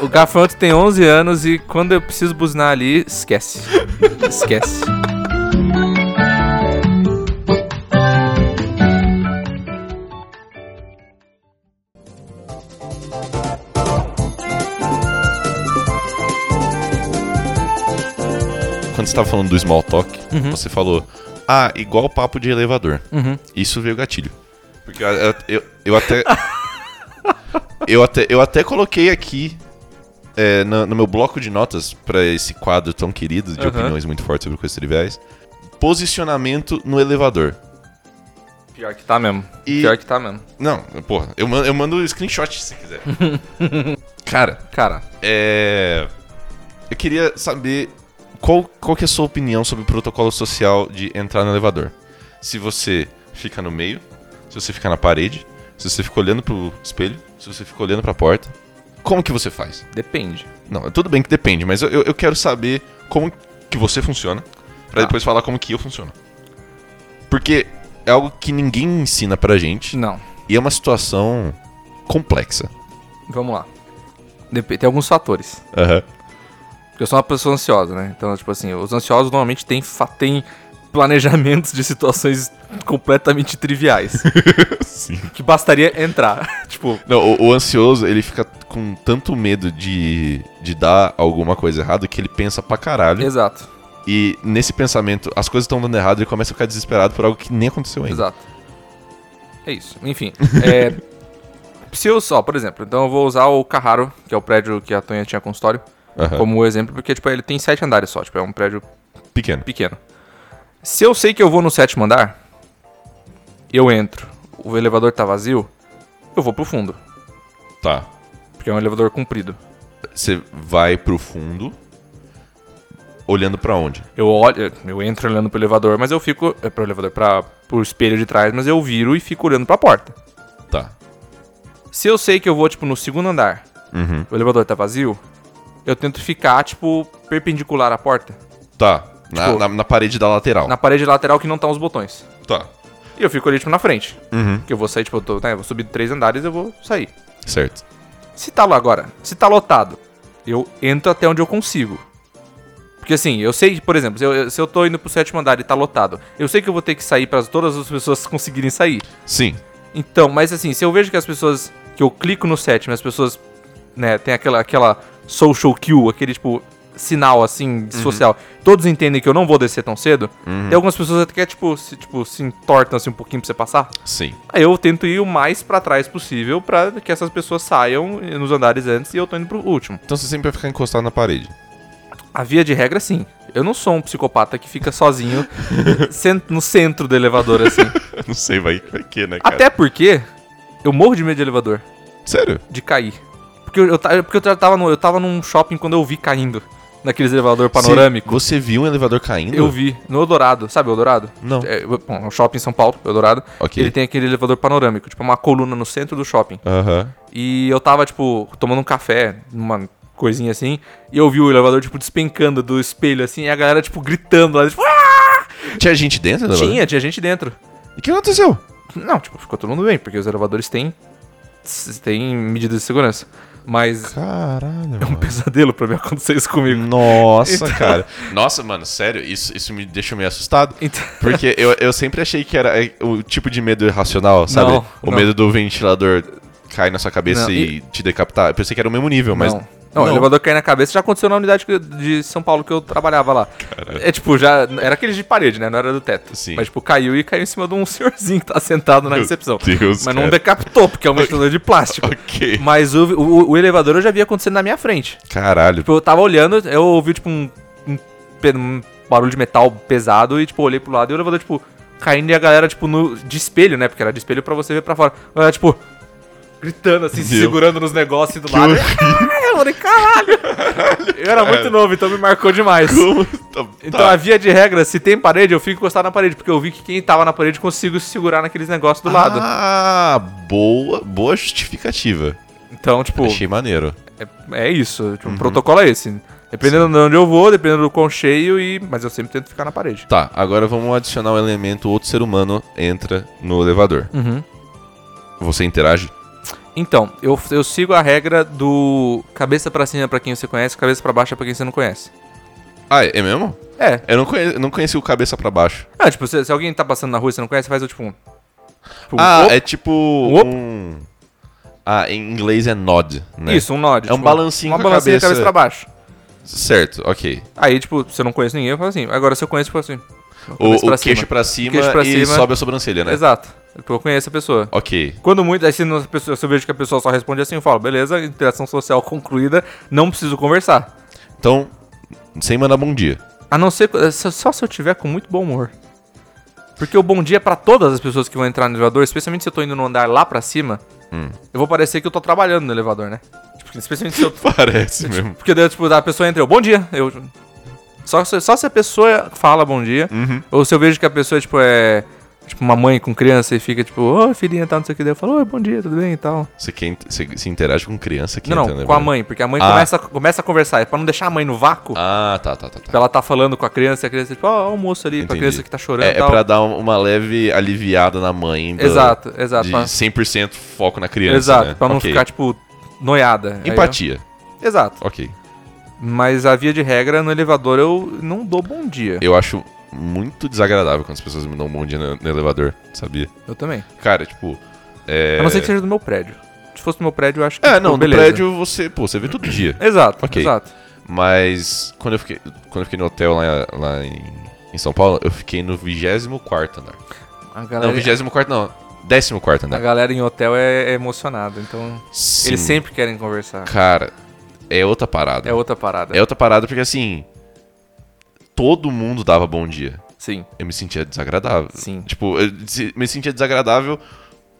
S2: O gafanhoto tem 11 anos e quando eu preciso buzinar ali, esquece. Esquece.
S1: Quando você tava falando do small talk, você falou, ah, igual papo de elevador. Isso veio gatilho. Porque eu, eu- eu, eu até... Eu até, eu até coloquei aqui é, na- no, meu bloco de notas pra esse quadro tão querido de
S2: Aham.
S1: opiniões muito fortes sobre coisas triviais. Posicionamento no elevador.
S2: Pior que tá mesmo.
S1: E-
S2: Pior que tá mesmo.
S1: Não, porra, eu mando, eu mando screenshot se quiser. Cara,
S2: Cara,
S1: É. Eu queria saber qual, qual que é a sua opinião sobre o protocolo social de entrar no elevador. Se você fica no meio, se você fica na parede, se você fica olhando pro espelho, se você fica olhando pra porta. Como que você faz?
S2: depende.
S1: Não, tudo bem que depende, mas eu, eu eu quero saber como que você funciona, pra
S2: Tá.
S1: depois falar como que eu funciono. Porque é algo que ninguém ensina pra gente,
S2: Não.
S1: e é uma situação complexa.
S2: Vamos lá. Dep- tem alguns fatores.
S1: Aham.
S2: Porque eu sou uma pessoa ansiosa, né? Então, tipo assim, os ansiosos normalmente têm, fa- têm planejamentos de situações completamente triviais.
S1: Sim.
S2: que bastaria entrar. tipo,
S1: Não, o, o ansioso, ele fica com tanto medo de, de dar alguma coisa errada que ele pensa pra caralho.
S2: exato,
S1: E nesse pensamento, as coisas estão dando errado, ele começa a ficar desesperado por algo que nem aconteceu ainda.
S2: exato. É isso. Enfim, é, se eu só, por exemplo, então eu vou usar o Carraro, que é o prédio que a Tonha tinha consultório,
S1: Aham.
S2: como exemplo, porque, tipo, ele tem sete andares só. Tipo, é um prédio
S1: Pequeno.
S2: pequeno. Se eu sei que eu vou no sétimo andar, eu entro, o elevador tá vazio, eu vou pro fundo.
S1: Tá.
S2: Porque é um elevador comprido.
S1: Você vai pro fundo, olhando pra onde?
S2: Eu olho, eu entro olhando pro elevador, mas eu fico. É pro elevador, pra, pro espelho de trás, mas eu viro e fico olhando pra porta.
S1: Tá.
S2: Se eu sei que eu vou, tipo, no segundo andar,
S1: Uhum.
S2: o elevador tá vazio, eu tento ficar, tipo, perpendicular à porta.
S1: Tá. Na,
S2: Tipo-
S1: na, na parede da lateral.
S2: Na parede lateral que não tá os botões.
S1: Tá.
S2: E eu fico ali, tipo, na frente.
S1: Uhum.
S2: Que eu vou sair, tipo, eu tô, né, eu vou subir três andares eu vou sair.
S1: Certo.
S2: Se tá lá agora, se tá lotado, eu entro até onde eu consigo. Porque assim, eu sei, por exemplo, se eu, se eu tô indo pro sétimo andar e tá lotado, eu sei que eu vou ter que sair pra todas as pessoas conseguirem sair.
S1: Sim.
S2: Então, mas assim, se eu vejo que as pessoas. que eu clico no sétimo, as pessoas. né, tem aquela, aquela social cue, aquele tipo. sinal assim, de social. Todos entendem que eu não vou descer tão cedo. Tem algumas pessoas até que, tipo, se, tipo, se entortam assim um pouquinho pra você passar.
S1: Sim.
S2: Aí Ah, eu tento ir o mais pra trás possível pra que essas pessoas saiam nos andares antes e eu tô indo pro último.
S1: Então você sempre vai ficar encostado na parede.
S2: A via de regra, sim. Eu não sou um psicopata que fica sozinho cen- no centro do elevador, assim.
S1: Não sei, vai, vai que, né, cara?
S2: Até porque eu morro de medo de elevador,
S1: Sério?
S2: de cair. Porque eu, eu, ta- porque eu já tava, no, eu tava num shopping quando eu vi caindo. Naqueles elevador panorâmico.
S1: Você, você viu um elevador caindo?
S2: Eu vi, no Eldorado, sabe o Eldorado?
S1: Não.
S2: É, bom, é um shopping em São Paulo, Eldorado.
S1: Ok.
S2: Ele tem aquele elevador panorâmico, tipo uma coluna no centro do shopping.
S1: Aham.
S2: E eu tava, tipo, tomando um café, uma coisinha assim, e eu vi o elevador, tipo, despencando do espelho, assim, e a galera, tipo, gritando lá, tipo, "Ah!"
S1: Tinha gente dentro do elevador?
S2: tinha, tinha gente dentro.
S1: E O que aconteceu?
S2: Não, tipo, ficou todo mundo bem, porque os elevadores têm, têm medidas de segurança. Mas
S1: Caralho,
S2: é um pesadelo pra mim acontecer isso comigo.
S1: Nossa,
S2: Então-
S1: cara. Nossa, mano, sério, isso, isso me deixa meio assustado.
S2: Então-
S1: Porque eu, eu sempre achei que era é, o tipo de medo irracional, sabe?
S2: Não,
S1: o
S2: não.
S1: medo do ventilador cair na sua cabeça
S2: Não,
S1: e, te decapitar. Eu pensei que era o mesmo nível, mas.
S2: Não. Não, o elevador cair na cabeça já aconteceu na unidade que eu- de São Paulo que eu trabalhava lá. É tipo, já. Era aqueles de parede, né? Não era do teto.
S1: Sim.
S2: Mas, tipo, caiu e caiu em cima de um senhorzinho que tá sentado na
S1: Meu
S2: recepção.
S1: Deus,
S2: Mas não
S1: cara.
S2: decapitou, porque é um ventilador de plástico.
S1: Ok.
S2: Mas o, o, o elevador eu já vi acontecendo na minha frente.
S1: Caralho.
S2: Tipo, eu tava olhando, eu ouvi, tipo, um, um pe- um barulho de metal pesado e, tipo, eu olhei pro lado e o elevador, tipo, caindo e a galera, tipo, no, de espelho, né? Porque era de espelho pra você ver pra fora. A galera, tipo, gritando, assim, se
S1: Meu.
S2: segurando nos negócios do lado. eu falei, caralho! Eu era muito novo, então me marcou demais.
S1: Tá-
S2: Então,
S1: É. tá.
S2: a via de regra, se tem parede, eu fico encostado na parede, porque eu vi que quem tava na parede consigo se segurar naqueles negócios do lado.
S1: Ah, boa, boa justificativa.
S2: Então, tipo,
S1: Achei maneiro.
S2: é, é isso. Tipo,
S1: Uhum.
S2: O protocolo é esse. Dependendo de onde eu vou, dependendo do quão cheio, e... mas eu sempre tento ficar na parede.
S1: Tá, agora vamos adicionar um elemento, outro ser humano entra no elevador.
S2: Uhum.
S1: Você interage?
S2: Então, eu, eu sigo a regra do cabeça pra cima pra quem você conhece, cabeça pra baixo é pra quem você não conhece.
S1: Ah, é mesmo?
S2: É.
S1: Eu não, conhe... não conheci o cabeça pra baixo.
S2: Ah, tipo, se, se alguém tá passando na rua e você não conhece, faz o tipo um. tipo,
S1: Ah,
S2: op-
S1: é tipo
S2: op-
S1: um... Ah, em inglês é nod, né?
S2: Isso, um nod.
S1: É um balancinho
S2: Uma
S1: com a
S2: balancinha de
S1: cabeça.
S2: cabeça pra baixo.
S1: Certo, ok.
S2: Aí, tipo, se eu não conheço ninguém, eu falo assim. Agora, se eu conheço, eu falo assim.
S1: O,
S2: cabeça
S1: o
S2: pra
S1: queixo
S2: cima.
S1: pra cima
S2: Queixo pra
S1: e
S2: cima.
S1: sobe a sobrancelha, né?
S2: Exato. Tipo, eu conheço a pessoa.
S1: Ok.
S2: Quando muito, aí se, não- a pessoa- se eu vejo que a pessoa só responde assim, eu falo, beleza, interação social concluída, não preciso conversar.
S1: Então, sem mandar bom dia.
S2: A não ser eh, só- só se eu tiver com muito bom humor. Porque o bom dia é pra todas as pessoas que vão entrar no elevador, especialmente se eu tô indo no andar lá pra cima, eu vou parecer que eu tô trabalhando no elevador, né? Tipo, especialmente se eu.
S1: Parece mesmo.
S2: Porque daí, tipo, a pessoa entra, eu, bom dia. Eu. Só, se- só se a pessoa fala bom dia, ou se eu vejo que a pessoa, tipo, é. Tipo, uma mãe com criança e fica, tipo, ô filhinha, tá, não sei o que. Daí eu falo, oi, bom dia, tudo bem e tal.
S1: Você, quer, in- você se interage com criança que
S2: não,
S1: entra
S2: não,
S1: no
S2: com a
S1: elevador.
S2: mãe, porque a mãe
S1: Ah.
S2: começa, começa a conversar. E pra não deixar a mãe no vácuo,
S1: Ah, tá, tá, tá.
S2: Tipo,
S1: tá.
S2: ela tá falando com a criança e a criança, tipo, ó, o moço ali, pra
S1: Entendi.
S2: criança que tá chorando e
S1: É, é
S2: tal.
S1: pra dar um- uma leve aliviada na mãe. do-
S2: Exato, exato.
S1: De
S2: pra-
S1: 100% foco na criança,
S2: Exato,
S1: né?
S2: pra não
S1: Ok.
S2: ficar, tipo, noiada. Aí
S1: Empatia.
S2: eu- Exato.
S1: Ok.
S2: Mas a via de regra, no elevador eu não dou bom dia.
S1: Eu acho muito desagradável quando as pessoas me dão um bom dia no, no elevador, sabia?
S2: Eu também.
S1: Cara, tipo... É...
S2: A não ser que seja do meu prédio. Se fosse do meu prédio, eu acho que.
S1: É,
S2: tipo,
S1: não, no
S2: beleza.
S1: prédio você, pô, você vê todo dia.
S2: Exato,
S1: Ok.
S2: exato.
S1: Mas quando eu fiquei, quando eu fiquei no hotel lá, lá em, em São Paulo, eu fiquei no 24 andar.
S2: A
S1: Não,
S2: galera,
S1: 24 não, 14
S2: a
S1: andar.
S2: galera em hotel é, é emocionada, então.
S1: Sim,
S2: Eles sempre querem conversar.
S1: Cara, é outra parada.
S2: É outra parada.
S1: É outra parada porque assim, todo mundo dava bom dia.
S2: Sim,
S1: Eu me sentia desagradável.
S2: sim.
S1: Tipo, eu se- me sentia desagradável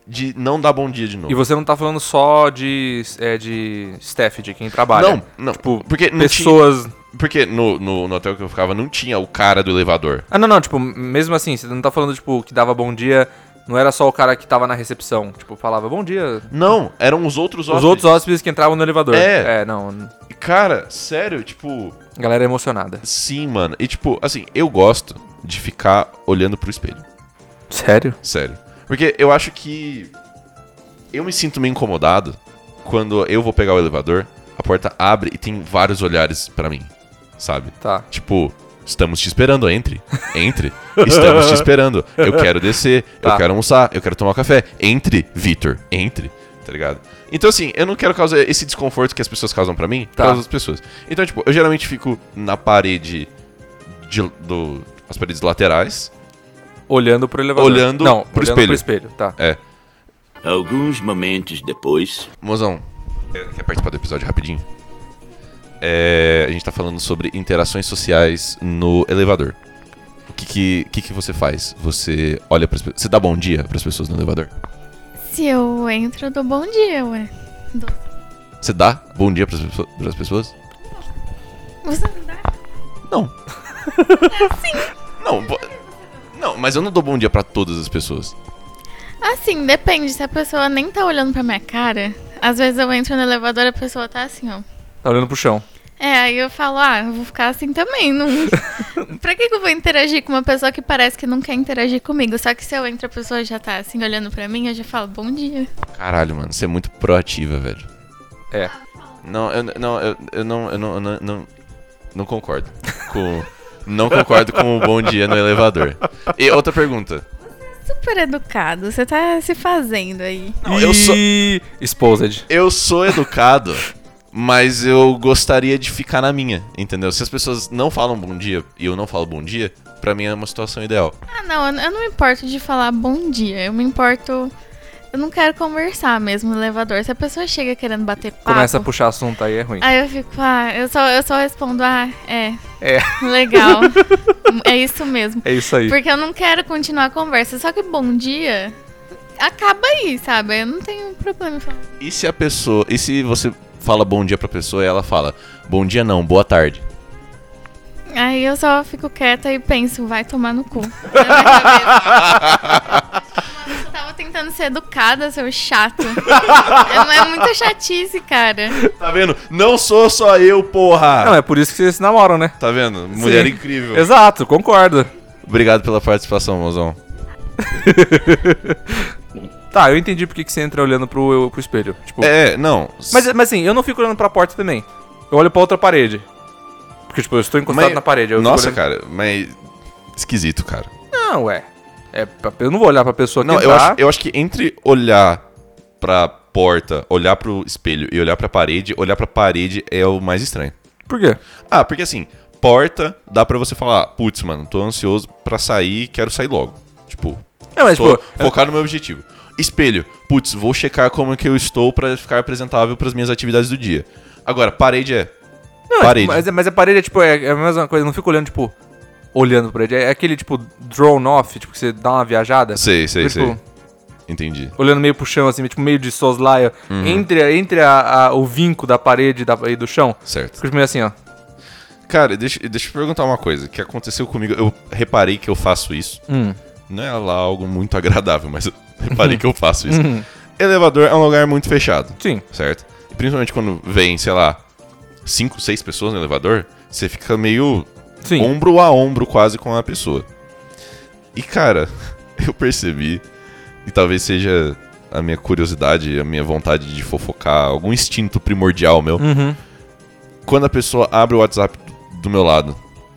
S1: de não dar bom dia de novo.
S2: E você não tá falando só de, é, de staff, de quem trabalha.
S1: Não, não,
S2: Tipo,
S1: porque não tinha,
S2: pessoas
S1: porque no, no, no hotel que eu ficava não tinha o cara do elevador.
S2: Ah, não, não, tipo, mesmo assim, você não tá falando, tipo, que dava bom dia, não era só o cara que tava na recepção, tipo, falava bom dia.
S1: Não, eram os outros
S2: Os
S1: hóspedes.
S2: outros hóspedes que entravam no elevador.
S1: É.
S2: É, não,
S1: Cara, sério, tipo,
S2: a galera é emocionada.
S1: sim, mano. E tipo, assim, eu gosto de ficar olhando pro espelho.
S2: Sério?
S1: Sério. Porque eu acho que. Eu me sinto meio incomodado quando eu vou pegar o elevador, a porta abre e tem vários olhares pra mim, sabe?
S2: Tá.
S1: Tipo, estamos te esperando, entre. Entre. Estamos te esperando. Eu quero descer, eu
S2: Tá.
S1: quero almoçar, eu quero tomar um café. Entre, Vitor. Entre. Tá ligado? Então, assim, eu não quero causar esse desconforto que as pessoas causam pra mim,
S2: Tá.
S1: causa as pessoas. Então, tipo, eu geralmente fico na parede de, do. As paredes laterais.
S2: Olhando pro elevador.
S1: Olhando
S2: Não,
S1: pro
S2: olhando
S1: espelho.
S2: pro espelho, tá.
S1: É.
S3: Alguns momentos depois.
S1: Mozão, quer quer participar do episódio rapidinho? É, a gente tá falando sobre interações sociais no elevador. O que que, o que, que você faz? Você olha para Você dá bom dia pras pessoas no elevador?
S4: Se eu entro, eu dou bom dia, ué.
S1: Você dá bom dia pras, pesso- pras pessoas?
S4: Você não dá?
S1: Não. Não, bo- não, mas eu não dou bom dia pra todas as pessoas.
S4: Assim, depende. Se a pessoa nem tá olhando pra minha cara, às vezes eu entro no elevador e a pessoa tá assim, ó.
S2: Tá olhando pro chão.
S4: É, aí eu falo, ah, eu vou ficar assim também. Não... pra que, que eu vou interagir com uma pessoa que parece que não quer interagir comigo? Só que se eu entro, a pessoa já tá assim olhando pra mim, eu já falo, bom dia.
S1: Caralho, mano, você é muito proativa, velho.
S2: É.
S1: Não, eu não, eu, eu não, eu não, eu não, não, não concordo com, não concordo com o bom dia no elevador. E outra pergunta.
S4: Super educado, você tá se fazendo aí.
S1: Não, eu sou-
S2: E... Exposed.
S1: Eu sou educado, mas eu gostaria de ficar na minha, entendeu? Se as pessoas não falam bom dia e eu não falo bom dia, pra mim é uma situação ideal.
S4: Ah, não, eu- eu não me importo de falar bom dia. Eu me importo. Eu não quero conversar mesmo no elevador. Se a pessoa chega querendo bater papo.
S2: Começa a puxar assunto aí, é ruim.
S4: Aí eu fico, ah, eu só, eu só respondo, ah, é.
S2: É.
S4: Legal. é isso mesmo.
S2: É isso aí.
S4: Porque eu não quero continuar a conversa. Só que bom dia acaba aí, sabe? Eu não tenho problema em falar.
S1: E se a pessoa, e se você fala bom dia pra pessoa e ela fala bom dia não, boa tarde.
S4: Aí eu só fico quieta e penso, vai tomar no cu. Na minha cabeça. Eu tava tentando ser educada, seu chato. É, é muita chatice, cara.
S1: Tá vendo? Não sou só eu, porra.
S2: Não, é por isso que vocês se namoram, né?
S1: Tá vendo? Mulher
S2: Sim.
S1: incrível.
S2: Exato, concordo.
S1: Obrigado pela participação, mozão.
S2: Tá, eu entendi porque que você entra olhando pro, pro espelho. Tipo,
S1: É, não.
S2: mas, mas assim, eu não fico olhando pra porta também. Eu olho pra outra parede. Porque, tipo, eu estou encostado
S1: Mas-
S2: na parede. eu fico
S1: Nossa,
S2: olhando-
S1: cara, mas. Esquisito, cara.
S2: Não, ué. É, pra- eu não vou olhar pra pessoa que
S1: Não, eu
S2: tá.
S1: acho, eu acho que entre olhar pra porta, olhar pro espelho e olhar pra parede, olhar pra parede é o mais estranho.
S2: Por quê?
S1: Ah, porque assim, porta dá pra você falar, putz, mano, tô ansioso pra sair, quero sair logo. Tipo,
S2: É, mas,
S1: tô
S2: tipo,
S1: focado no meu objetivo. Espelho, putz, vou checar como é que eu estou pra ficar apresentável pras minhas atividades do dia. Agora, parede é.
S2: Não, é,
S1: parede.
S2: tipo, mas, mas a parede é tipo, é, é a mesma coisa, eu não fico olhando, tipo, olhando pra ele. É aquele, tipo, drone off, tipo, que você dá uma viajada.
S1: Sei, sei,
S2: Tipo,
S1: sei. Entendi.
S2: Olhando meio pro chão, assim, tipo, meio de soslaio.
S1: Uhum.
S2: Entre, entre a, a- o vinco da parede e da- e do chão.
S1: Certo.
S2: Fico meio assim, ó.
S1: Cara, deixa, deixa eu perguntar uma coisa que aconteceu comigo. Eu reparei que eu faço isso.
S2: Hum.
S1: Não é lá algo muito agradável, mas eu reparei que eu faço isso. Elevador é um lugar muito fechado,
S2: Sim.
S1: certo? E principalmente quando vem, sei lá, cinco, seis pessoas no elevador, você fica meio
S2: Sim.
S1: ombro a ombro quase com a pessoa. E cara, eu percebi, e talvez seja a minha curiosidade, a minha vontade de fofocar, algum instinto primordial meu,
S2: Uhum.
S1: quando a pessoa abre o WhatsApp do meu lado,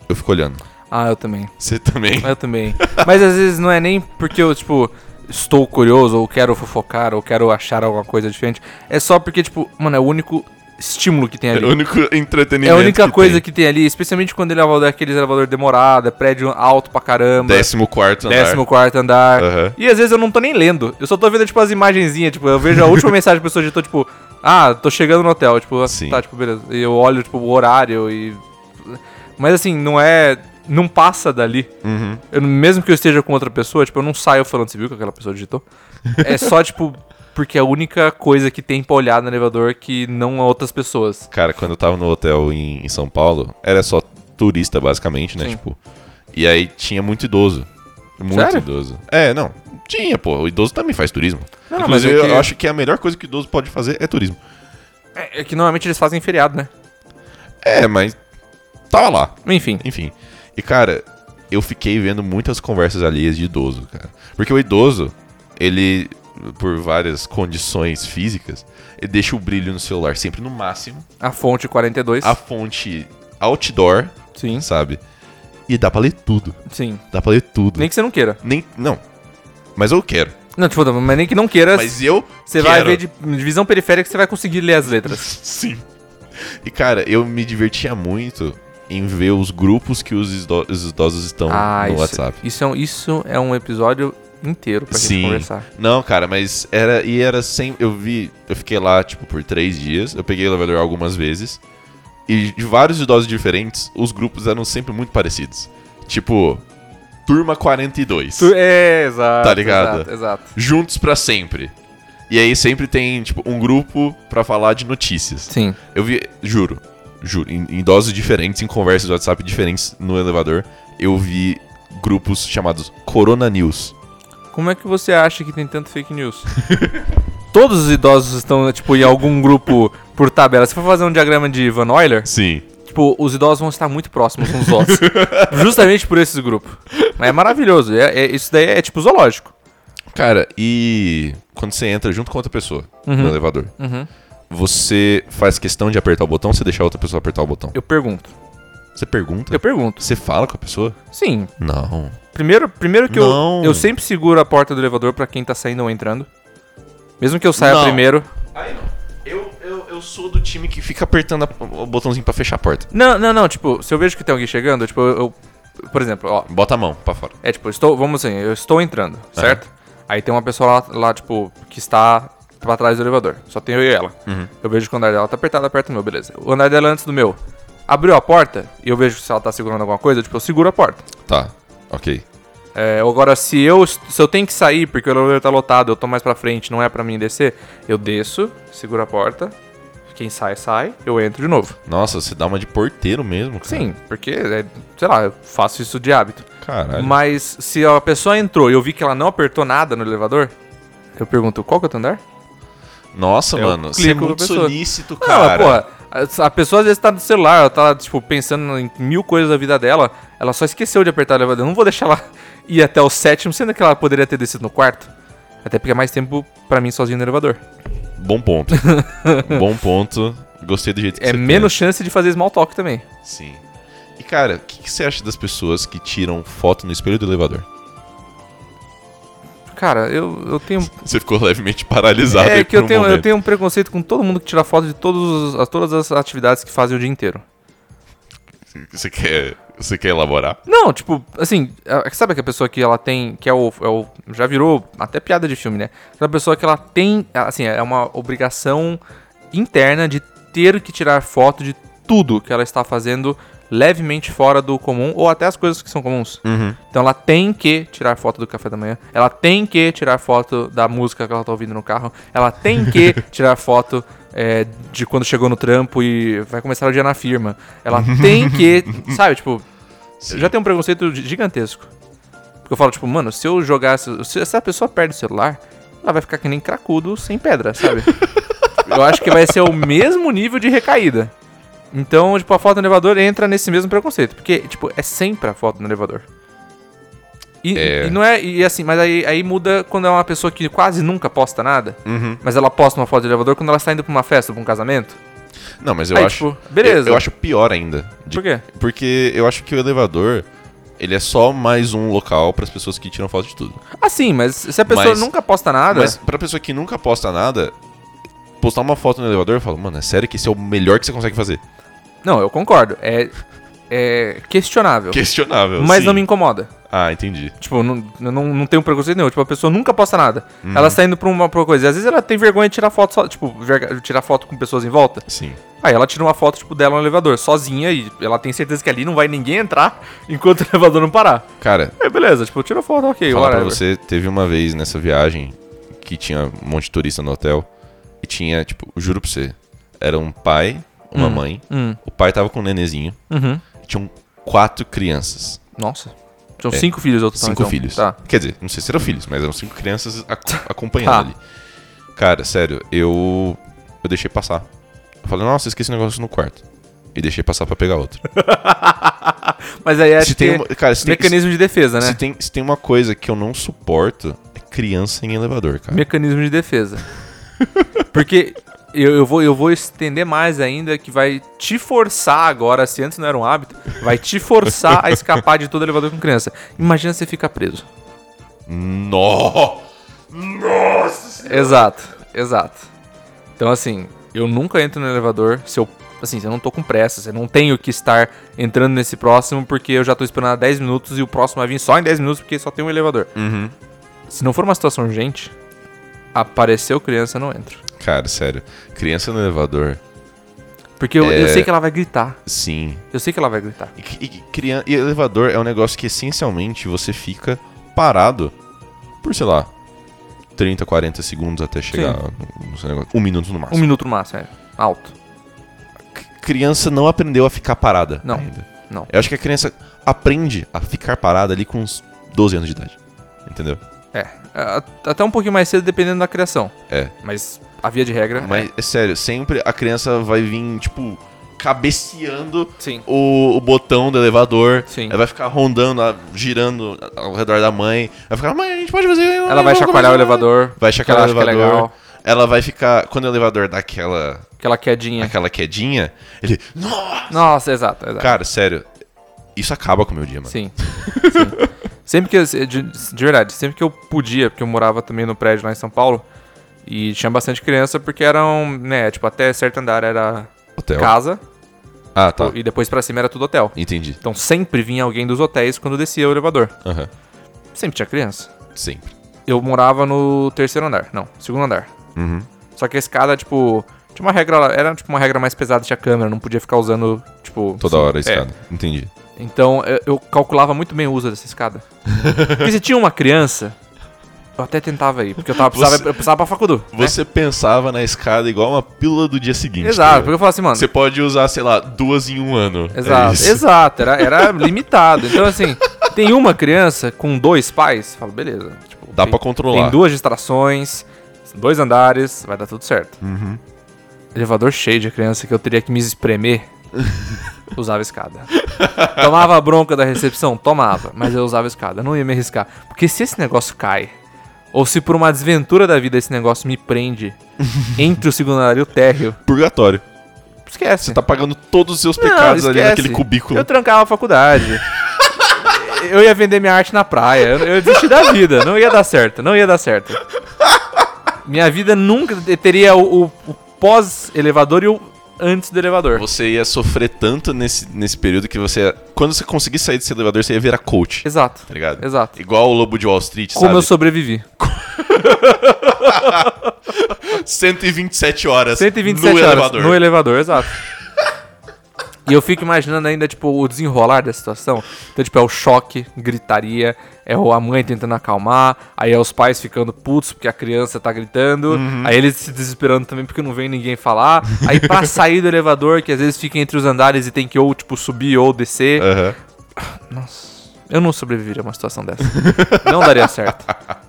S1: eu fico olhando.
S2: Ah, eu também.
S1: Você também?
S2: Eu também. Mas às vezes não é nem porque eu, tipo, estou curioso, ou quero fofocar, ou quero achar alguma coisa diferente. É só porque, tipo, mano, é o único estímulo que tem
S1: É
S2: ali.
S1: o único entretenimento.
S2: É a única
S1: que
S2: coisa
S1: tem.
S2: que tem ali, especialmente quando ele elevador é aquele elevador demorado, é prédio alto pra caramba.
S1: Décimo quarto andar.
S2: Décimo quarto andar.
S1: Aham.
S2: E às vezes eu não tô nem lendo. Eu só tô vendo, tipo, as imagenzinhas. Tipo, eu vejo a última mensagem da pessoa, eu tô, tipo, ah, tô chegando no hotel. Tipo, ah,
S1: Sim.
S2: tá, tipo, beleza. E eu olho, tipo, o horário e. Mas assim, não é. Não passa dali.
S1: Uhum.
S2: Eu, mesmo que eu esteja com outra pessoa, tipo, eu não saio falando, você viu que aquela pessoa digitou? É só, tipo, porque é a única coisa que tem pra olhar no elevador que não é outras pessoas.
S1: Cara, quando eu tava no hotel em, em São Paulo, era só turista, basicamente, né?
S2: Sim.
S1: Tipo. E aí tinha muito idoso. Muito
S2: Sério?
S1: idoso. É, não. Tinha, pô. O idoso também faz turismo.
S2: Não, não, mas
S1: Inclusive,
S2: é que-
S1: eu acho que a melhor coisa que o idoso pode fazer é turismo.
S2: É, é que normalmente eles fazem feriado, né?
S1: É, mas. Tava lá.
S2: Enfim.
S1: Enfim. E, cara, eu fiquei vendo muitas conversas alheias de idoso, cara. Porque o idoso, ele, por várias condições físicas, ele deixa o brilho no celular sempre no máximo.
S2: A fonte 42.
S1: A fonte outdoor,
S2: Sim,
S1: sabe? E dá pra ler tudo.
S2: sim.
S1: Dá pra ler tudo.
S2: Nem que você não queira.
S1: Nem- não. Mas eu quero.
S2: Não, tipo, mas nem que não queira,
S1: Mas eu
S2: você vai
S1: quero.
S2: ver de, de visão periférica você vai conseguir ler as letras.
S1: Sim. E, cara, eu me divertia muito em ver os grupos que os, ido- os idosos estão
S2: ah,
S1: Então, no
S2: isso,
S1: WhatsApp.
S2: Isso é, um, isso é um episódio inteiro pra gente
S1: Sim.
S2: conversar.
S1: Não, cara, mas era. E era sem. Eu vi. Eu fiquei lá, tipo, por três dias. Eu peguei o elevador algumas vezes. E de vários idosos diferentes, os grupos eram sempre muito parecidos. Tipo, Turma 42.
S2: Tu- é, exato.
S1: Tá ligado?
S2: Exato, exato.
S1: Juntos pra sempre. E aí sempre tem, tipo, um grupo pra falar de notícias.
S2: Sim.
S1: Eu vi, juro, juro, em, em doses diferentes, em conversas de WhatsApp diferentes no elevador, eu vi grupos chamados Corona News.
S2: Como é que você acha que tem tanto fake news? Todos os idosos estão, tipo, em algum grupo por tabela. Se for fazer um diagrama de Van Euler,
S1: Sim.
S2: tipo, os idosos vão estar muito próximos uns dos outros. justamente por esses grupos. Mas é maravilhoso. É, é- isso daí é, tipo, zoológico.
S1: Cara, e quando você entra junto com outra pessoa no elevador,
S2: Uhum.
S1: você faz questão de apertar o botão ou você deixa a outra pessoa apertar o botão?
S2: Eu pergunto.
S1: Você pergunta?
S2: Eu pergunto.
S1: Você fala com a pessoa?
S2: Sim.
S1: Não.
S2: Primeiro, primeiro que
S1: Não.
S2: eu, eu sempre seguro a porta do elevador pra quem tá saindo ou entrando. Mesmo que eu saia
S1: Não.
S2: primeiro.
S1: Aí não. Eu, eu, eu sou do time que fica apertando a- o botãozinho pra fechar a porta.
S2: Não, não, não. Tipo, se eu vejo que tem alguém chegando, tipo, eu- eu por exemplo, ó,
S1: Bota a mão pra fora.
S2: É tipo, estou, vamos assim, eu estou entrando,
S1: É.
S2: certo? Aí tem uma pessoa lá, lá, tipo, que está pra trás do elevador. Só tem eu e ela.
S1: Uhum.
S2: Eu vejo que o andar dela tá apertado, aperta o meu, beleza. O andar dela é antes do meu. Abriu a porta e eu vejo se ela tá segurando alguma coisa, tipo, eu seguro a porta.
S1: Tá, ok.
S2: É, agora, se eu, se eu tenho que sair porque o elevador tá lotado, eu tô mais pra frente, não é pra mim descer, eu desço, seguro a porta, quem sai, sai, eu entro de novo.
S1: Nossa, você dá uma de porteiro mesmo, cara.
S2: Sim, porque, é, sei lá, eu faço isso de hábito.
S1: Caralho.
S2: Mas se a pessoa entrou e eu vi que ela não apertou nada no elevador, eu pergunto, qual que é o teu andar?
S1: Nossa,
S2: Eu
S1: mano, você é
S2: clico na
S1: muito
S2: pessoa.
S1: solícito,
S2: Não,
S1: cara.
S2: porra, a- a pessoa às vezes tá no celular, ela tá, tipo, pensando em mil coisas da vida dela, ela só esqueceu de apertar o elevador. Eu não vou deixar ela ir até o sétimo, sendo que ela poderia ter descido no quarto. Até porque é mais tempo pra mim sozinho no elevador.
S1: Bom ponto. Bom ponto. Gostei do jeito que
S2: É
S1: você
S2: menos chance de fazer small talk também.
S1: pensa. Sim. E, cara, o que, que você acha das pessoas que tiram foto no espelho do elevador?
S2: Cara, eu, eu tenho.
S1: Você ficou levemente paralisado
S2: É
S1: aí
S2: que eu
S1: por um
S2: tenho, eu
S1: momento.
S2: tenho um preconceito com todo mundo que tira foto de todos, os- todas as atividades que fazem o dia inteiro.
S1: Você quer, você quer elaborar?
S2: Não, tipo, assim, a- sabe que a pessoa que ela tem, que é o, é o- já virou até piada de filme, né? Aquela pessoa que ela tem, assim, é uma obrigação interna de ter que tirar foto de tudo que ela está fazendo levemente fora do comum ou até as coisas que são comuns.
S1: Uhum.
S2: Então ela tem que tirar foto do café da manhã, ela tem que tirar foto da música que ela tá ouvindo no carro, ela tem que tirar foto é, de quando chegou no trampo e vai começar o dia na firma. Ela tem que, sabe, tipo, eu já tenho um preconceito gi- gigantesco. Porque eu falo, tipo, mano, se eu jogasse. Se essa pessoa perde o celular, ela vai ficar que nem cracudo sem pedra, sabe? eu acho que vai ser o mesmo nível de recaída. Então, tipo, a foto no elevador entra nesse mesmo preconceito. Porque, tipo, é sempre a foto no elevador. E,
S1: É.
S2: e não é. E assim, mas aí, aí muda quando é uma pessoa que quase nunca posta nada.
S1: Uhum.
S2: Mas ela posta uma foto do elevador quando ela está indo pra uma festa, pra um casamento.
S1: Não, mas eu
S2: Aí,
S1: acho.
S2: tipo, beleza.
S1: Eu, eu acho pior ainda. De-
S2: Por quê?
S1: Porque eu acho que o elevador. Ele é só mais um local para as pessoas que tiram foto de tudo.
S2: Assim, mas se a pessoa
S1: Mas-
S2: nunca posta nada.
S1: Mas pra pessoa que nunca posta nada, postar uma foto no elevador, eu falo, mano, é sério que esse é o melhor que você consegue fazer?
S2: Não, eu concordo. É, é questionável.
S1: Questionável.
S2: mas
S1: sim.
S2: não me incomoda.
S1: Ah, entendi.
S2: Tipo, não, eu não, não tenho preconceito nenhum. Tipo, a pessoa nunca posta nada.
S1: Uhum.
S2: Ela está indo pra uma, pra uma coisa. E às vezes ela tem vergonha de tirar foto só, tipo, verga- tirar foto com pessoas em volta.
S1: Sim.
S2: Aí ela tira uma foto, tipo, dela no elevador, sozinha, e ela tem certeza que ali não vai ninguém entrar enquanto o elevador não parar.
S1: Cara,
S2: Aí beleza, tipo, tirou foto, ok,
S1: falar pra
S2: whatever.
S1: você, teve uma vez nessa viagem que tinha um monte de turista no hotel e tinha, tipo, juro pra você, era um pai, uma mãe,
S2: Hum.
S1: o pai tava com um nenezinho,
S2: Uhum.
S1: e tinham quatro crianças,
S2: Nossa. São cinco filhos ao total,
S1: É. cinco
S2: então.
S1: filhos.
S2: Tá.
S1: Quer dizer, não sei se eram filhos, mas eram cinco crianças ac- acompanhando
S2: Tá.
S1: ali. Cara, sério, eu eu deixei passar. Eu falei, nossa, esqueci o um negócio no quarto. e deixei passar pra pegar outro.
S2: Mas aí acho
S1: Se
S2: que
S1: tem uma- cara, se tem-
S2: É, mecanismo de defesa, né?
S1: Se tem, se tem uma coisa que eu não suporto, é criança em elevador, cara.
S2: Mecanismo de defesa. Porque eu, eu vou, eu vou estender mais ainda que vai te forçar agora, se antes não era um hábito, vai te forçar a escapar de todo elevador com criança. Imagina você ficar preso.
S1: No! Nossa!
S2: Exato, exato. Então, assim, eu nunca entro no elevador se eu. Assim, se eu não tô com pressa, se eu não tenho que estar entrando nesse próximo, porque eu já tô esperando há 10 minutos e o próximo vai vir só em 10 minutos, porque só tem um elevador.
S1: Uhum.
S2: Se não for uma situação urgente, apareceu criança, eu não entro.
S1: Cara, sério. Criança no elevador,
S2: Porque eu, eu
S1: É.
S2: sei que ela vai gritar.
S1: sim.
S2: Eu sei que ela vai gritar.
S1: E, e, crian- e elevador é um negócio que essencialmente você fica parado por, sei lá, 30, 40 segundos até chegar no, no seu negócio. Um minuto no
S2: Um
S1: máximo.
S2: minuto no máximo, é. Alto.
S1: Criança não aprendeu a ficar parada
S2: Não,
S1: ainda.
S2: não.
S1: Eu acho que a criança aprende a ficar parada ali com uns 12 anos de idade. Entendeu?
S2: É. A- Até um pouquinho mais cedo, dependendo da criação.
S1: É.
S2: Mas a via de regra.
S1: Mas, é sério, sempre a criança vai vir, tipo, cabeceando
S2: é. Sim.
S1: o, o botão do elevador.
S2: Sim.
S1: Ela vai ficar rondando, a- girando ao redor da mãe. Vai ficar, mãe, a gente pode fazer. um
S2: Ela vai chacoalhar o elevador.
S1: Vai chacoalhar o
S2: porque ela acha que é
S1: elevador.
S2: legal.
S1: ela vai ficar. Quando o elevador dá aquela,
S2: Aquela quedinha.
S1: aquela quedinha, ele. Nossa!
S2: Nossa, exato, exato.
S1: Cara, sério, isso acaba com o meu dia, mano.
S2: Sim. Sim. Sempre que eu, de, de verdade, sempre que eu podia, porque eu morava também no prédio lá em São Paulo, e tinha bastante criança, porque eram, né, tipo, até certo andar era
S1: Hotel.
S2: casa,
S1: Ah, tá.
S2: e depois pra cima era tudo hotel.
S1: Entendi.
S2: Então sempre vinha alguém dos hotéis quando descia o elevador.
S1: Aham.
S2: Sempre tinha criança.
S1: Sempre.
S2: Eu morava no terceiro andar, não, segundo andar.
S1: Uhum.
S2: Só que a escada, tipo, tinha uma regra lá, era tipo uma regra mais pesada, tinha câmera, não podia ficar usando, tipo...
S1: Toda hora a
S2: é.
S1: escada. Entendi.
S2: Então eu, eu calculava muito bem o uso dessa escada. Porque se tinha uma criança, eu até tentava ir, porque eu, tava, precisava,
S1: Você-
S2: eu precisava pra faculdade.
S1: Você pensava na escada igual uma pílula do dia seguinte. tá
S2: Exato,
S1: ligado?
S2: porque eu falava assim, mano.
S1: Você pode usar, sei lá, duas em um ano. É
S2: Exato,
S1: isso.
S2: exato, era, era limitado. Então, assim, tem uma criança com dois pais, fala, beleza. Tipo,
S1: Dá
S2: tem-
S1: pra controlar.
S2: Tem duas distrações, dois andares, vai dar tudo certo.
S1: Uhum.
S2: Elevador cheio de criança que eu teria que me espremer. usava escada. Tomava a bronca da recepção? Tomava, mas eu usava escada, não ia me arriscar. Porque se esse negócio cai, ou se por uma desventura da vida esse negócio me prende entre o segundo andar e o térreo,
S1: Purgatório.
S2: esquece.
S1: Você tá pagando todos os seus
S2: Não,
S1: pecados ali
S2: esquece.
S1: naquele cubículo.
S2: Eu trancava a faculdade. eu ia vender minha arte na praia. Eu, eu desisti da vida. Não ia dar certo. Não ia dar certo. Minha vida nunca te- teria o, o- o pós-elevador e o antes do elevador.
S1: Você ia sofrer tanto nesse, nesse período que você. Quando você conseguir sair desse elevador, você ia virar coach.
S2: Exato.
S1: Tá ligado?
S2: Exato.
S1: Igual o lobo de Wall Street,
S2: Como eu
S1: sabe?
S2: sobrevivi.
S1: 127 horas.
S2: 127
S1: no
S2: horas
S1: elevador.
S2: no elevador, exato. e eu fico imaginando ainda, tipo, o desenrolar da situação. Então, tipo, é o choque, gritaria, é o- a mãe tentando acalmar, aí é os pais ficando putos porque a criança tá gritando,
S1: Uhum.
S2: aí eles se desesperando também porque não vem ninguém falar. Aí pra sair do elevador, que às vezes fica entre os andares e tem que ou, tipo, subir ou descer.
S1: Aham.
S2: Nossa, eu não sobreviveria a uma situação dessa. não daria certo.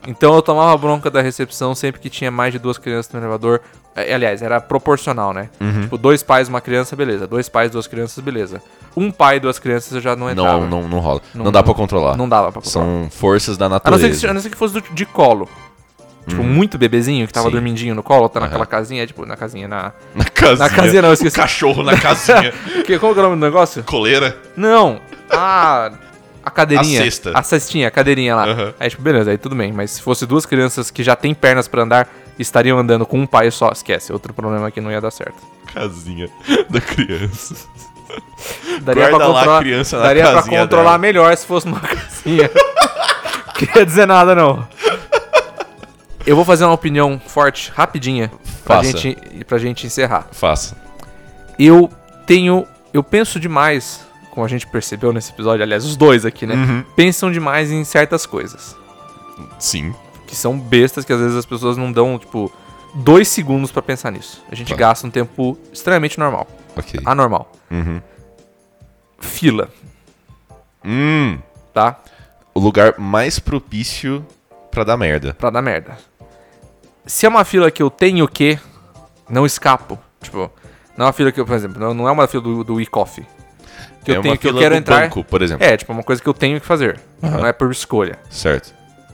S2: Então eu tomava bronca da recepção sempre que tinha mais de duas crianças no elevador. Eh, Aliás, era proporcional, né?
S1: Uhum.
S2: Tipo, dois pais, uma criança, beleza. Dois pais, duas crianças, beleza. Um pai, duas crianças, eu já não entrava.
S1: Não, não, não rola. Não,
S2: Tá Não-
S1: dá pra controlar.
S2: Não dava pra controlar.
S1: São forças da
S2: A não, ser que,
S1: natureza.
S2: a não ser que fosse do- de colo. Tipo, muito bebezinho que tava
S1: Uhum. Sim.
S2: dormindinho no colo, tá naquela
S1: Aham.
S2: casinha, tipo, na casinha, na.
S1: Na casinha.
S2: Na casinha não, eu esqueci.
S1: Cachorro na casinha.
S2: Que- Como que é o nome do negócio?
S1: Coleira.
S2: Não! A. A cadeirinha.
S1: A cesta.
S2: A cestinha, a cadeirinha lá.
S1: Aham.
S2: Aí, tipo, beleza, aí tudo bem. Mas se fosse duas crianças que já têm pernas pra andar, estariam andando com um pai só, esquece. Outro problema é que não ia dar certo.
S1: Casinha da criança.
S2: Daria
S1: Guarda
S2: pra
S1: lá a
S2: controlar,
S1: criança na
S2: daria pra
S1: casinha
S2: controlar
S1: dela.
S2: melhor se fosse uma casinha. Queria dizer nada, não. Eu vou fazer uma opinião forte, rapidinha, pra
S1: Faça.
S2: gente, pra gente encerrar.
S1: Faça.
S2: eu tenho. Eu penso demais, como a gente percebeu nesse episódio, aliás, os dois aqui, né?
S1: Uhum.
S2: Pensam demais em certas coisas.
S1: Sim.
S2: Que são bestas que às vezes as pessoas não dão, tipo, dois segundos pra pensar nisso. A gente
S1: Tá.
S2: gasta um tempo extremamente normal.
S1: Ok.
S2: Anormal.
S1: Uhum.
S2: Fila,
S1: Hum.
S2: tá?
S1: O lugar mais propício pra dar merda.
S2: Pra dar merda. Se é uma fila que eu tenho que, não escapo. Tipo, Não é uma fila que eu, por exemplo, não- não é uma fila do, do e-coffee. Que
S1: é
S2: eu tenho
S1: uma
S2: que eu
S1: fila
S2: quero
S1: do
S2: entrar.
S1: banco, por exemplo.
S2: É, tipo, é uma coisa que eu tenho que fazer.
S1: Aham.
S2: Não é por escolha.
S1: Certo,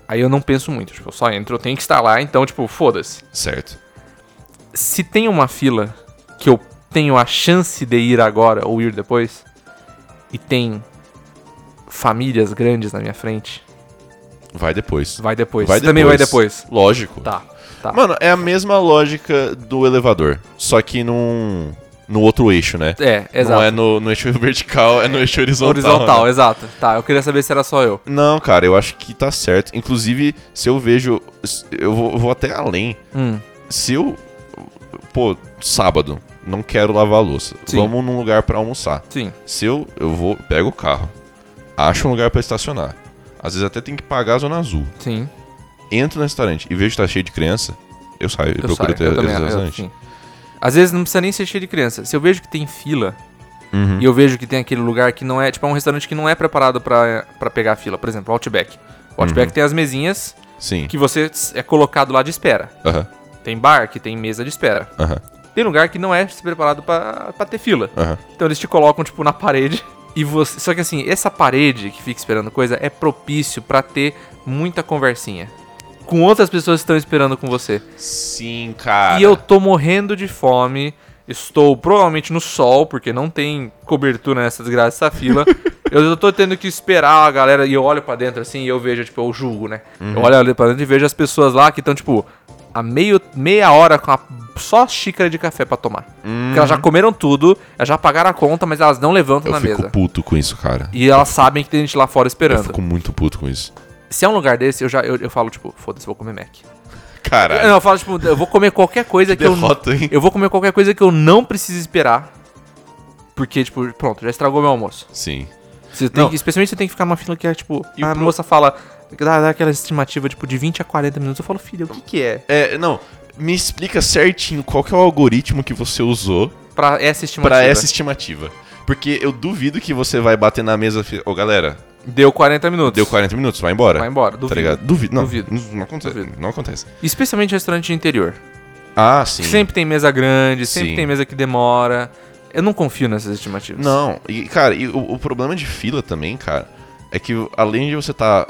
S2: Aí eu não penso muito, tipo, eu só entro, eu tenho que estar lá, então, tipo, foda-se.
S1: certo.
S2: Se tem uma fila que eu tenho a chance de ir agora ou ir depois, e tem famílias grandes na minha frente,
S1: Vai depois.
S2: vai depois. Você também vai depois.
S1: Lógico.
S2: Tá, tá.
S1: Mano, é a mesma lógica do elevador, só que num, no outro eixo, né?
S2: é, exato.
S1: Não é no, no eixo vertical, é no eixo horizontal.
S2: Horizontal,
S1: né?
S2: exato. Tá, eu queria saber se era só eu.
S1: Não, cara, eu acho que tá certo. Inclusive, se eu vejo. Eu vou, eu vou até além.
S2: Hum.
S1: Se eu. Pô, sábado, não quero lavar a louça.
S2: Sim.
S1: Vamos num lugar pra almoçar.
S2: Sim.
S1: Se eu. Eu vou. Pego o carro. Acho um lugar pra estacionar. Às vezes até tem que pagar a zona azul.
S2: Sim.
S1: Entro no restaurante e vejo que tá cheio de criança. Eu saio e
S2: Eu
S1: procuro
S2: saio.
S1: ter
S2: eu também, eu-
S1: restaurante.
S2: sim. Às vezes não precisa nem ser cheio de criança. Se eu vejo que tem fila
S1: Uhum.
S2: e eu vejo que tem aquele lugar que não é, tipo, é um restaurante que não é preparado pra pra pegar fila, por exemplo, o Outback. O
S1: Uhum.
S2: Outback tem as mesinhas
S1: Sim.
S2: que você s- é colocado lá de espera.
S1: Aham,
S2: Tem bar que tem mesa de espera.
S1: aham,
S2: Tem lugar que não é preparado pra pra ter fila.
S1: aham.
S2: Então eles te colocam, tipo, na parede. E você. Só que assim, essa parede que fica esperando coisa é propício pra ter muita conversinha. Com outras pessoas que estão esperando com você.
S1: Sim, cara.
S2: E eu tô morrendo de fome. Estou provavelmente no sol, porque não tem cobertura nessa desgraça dessa fila. eu tô tendo que esperar a galera. E eu olho pra dentro assim e eu vejo, tipo, eu julgo, né?
S1: Uhum.
S2: Eu olho ali pra dentro e vejo as pessoas lá que estão, tipo, a meio, meia hora com a, só xícara de café pra tomar. Porque elas já comeram tudo, elas já pagaram a conta, mas elas não levantam
S1: Uhum. Eu
S2: na
S1: fico
S2: mesa.
S1: puto com isso, cara.
S2: E elas sabem que tem gente lá fora
S1: Eu
S2: esperando.
S1: fico muito puto com isso.
S2: Se é um lugar desse, eu já eu, eu falo, tipo, foda-se, vou comer Mac.
S1: Caralho.
S2: Não, eu falo, tipo, eu vou comer qualquer coisa que, eu.
S1: derrota, hein?
S2: Eu vou comer qualquer coisa que eu não preciso esperar. Porque, tipo, pronto, já estragou meu almoço.
S1: Sim.
S2: Você tem
S1: Não.
S2: que- especialmente você tem que ficar numa fila que é, tipo,
S1: E
S2: a
S1: pro-
S2: moça fala, dá, dá aquela estimativa, tipo, de 20 a 40 minutos. Eu falo, filha, o que que é?
S1: É, não. Me explica certinho qual que é o algoritmo que você usou
S2: Pra essa estimativa.
S1: pra essa estimativa. Porque eu duvido que você vai bater na mesa e fi- Ô, galera,
S2: Deu 40 minutos.
S1: deu 40 minutos, vai embora.
S2: Vai embora,
S1: Tá
S2: duvido.
S1: ligado? Duvido. Não,
S2: Duvido.
S1: não- Não acontece.
S2: Duvido.
S1: Não acontece.
S2: Especialmente restaurante de interior.
S1: Ah, sim.
S2: Que sempre tem mesa grande, sempre
S1: Sim.
S2: tem mesa que demora. Eu não confio nessas estimativas.
S1: Não, e, cara, e o, o problema de fila também, cara, é que além de você estar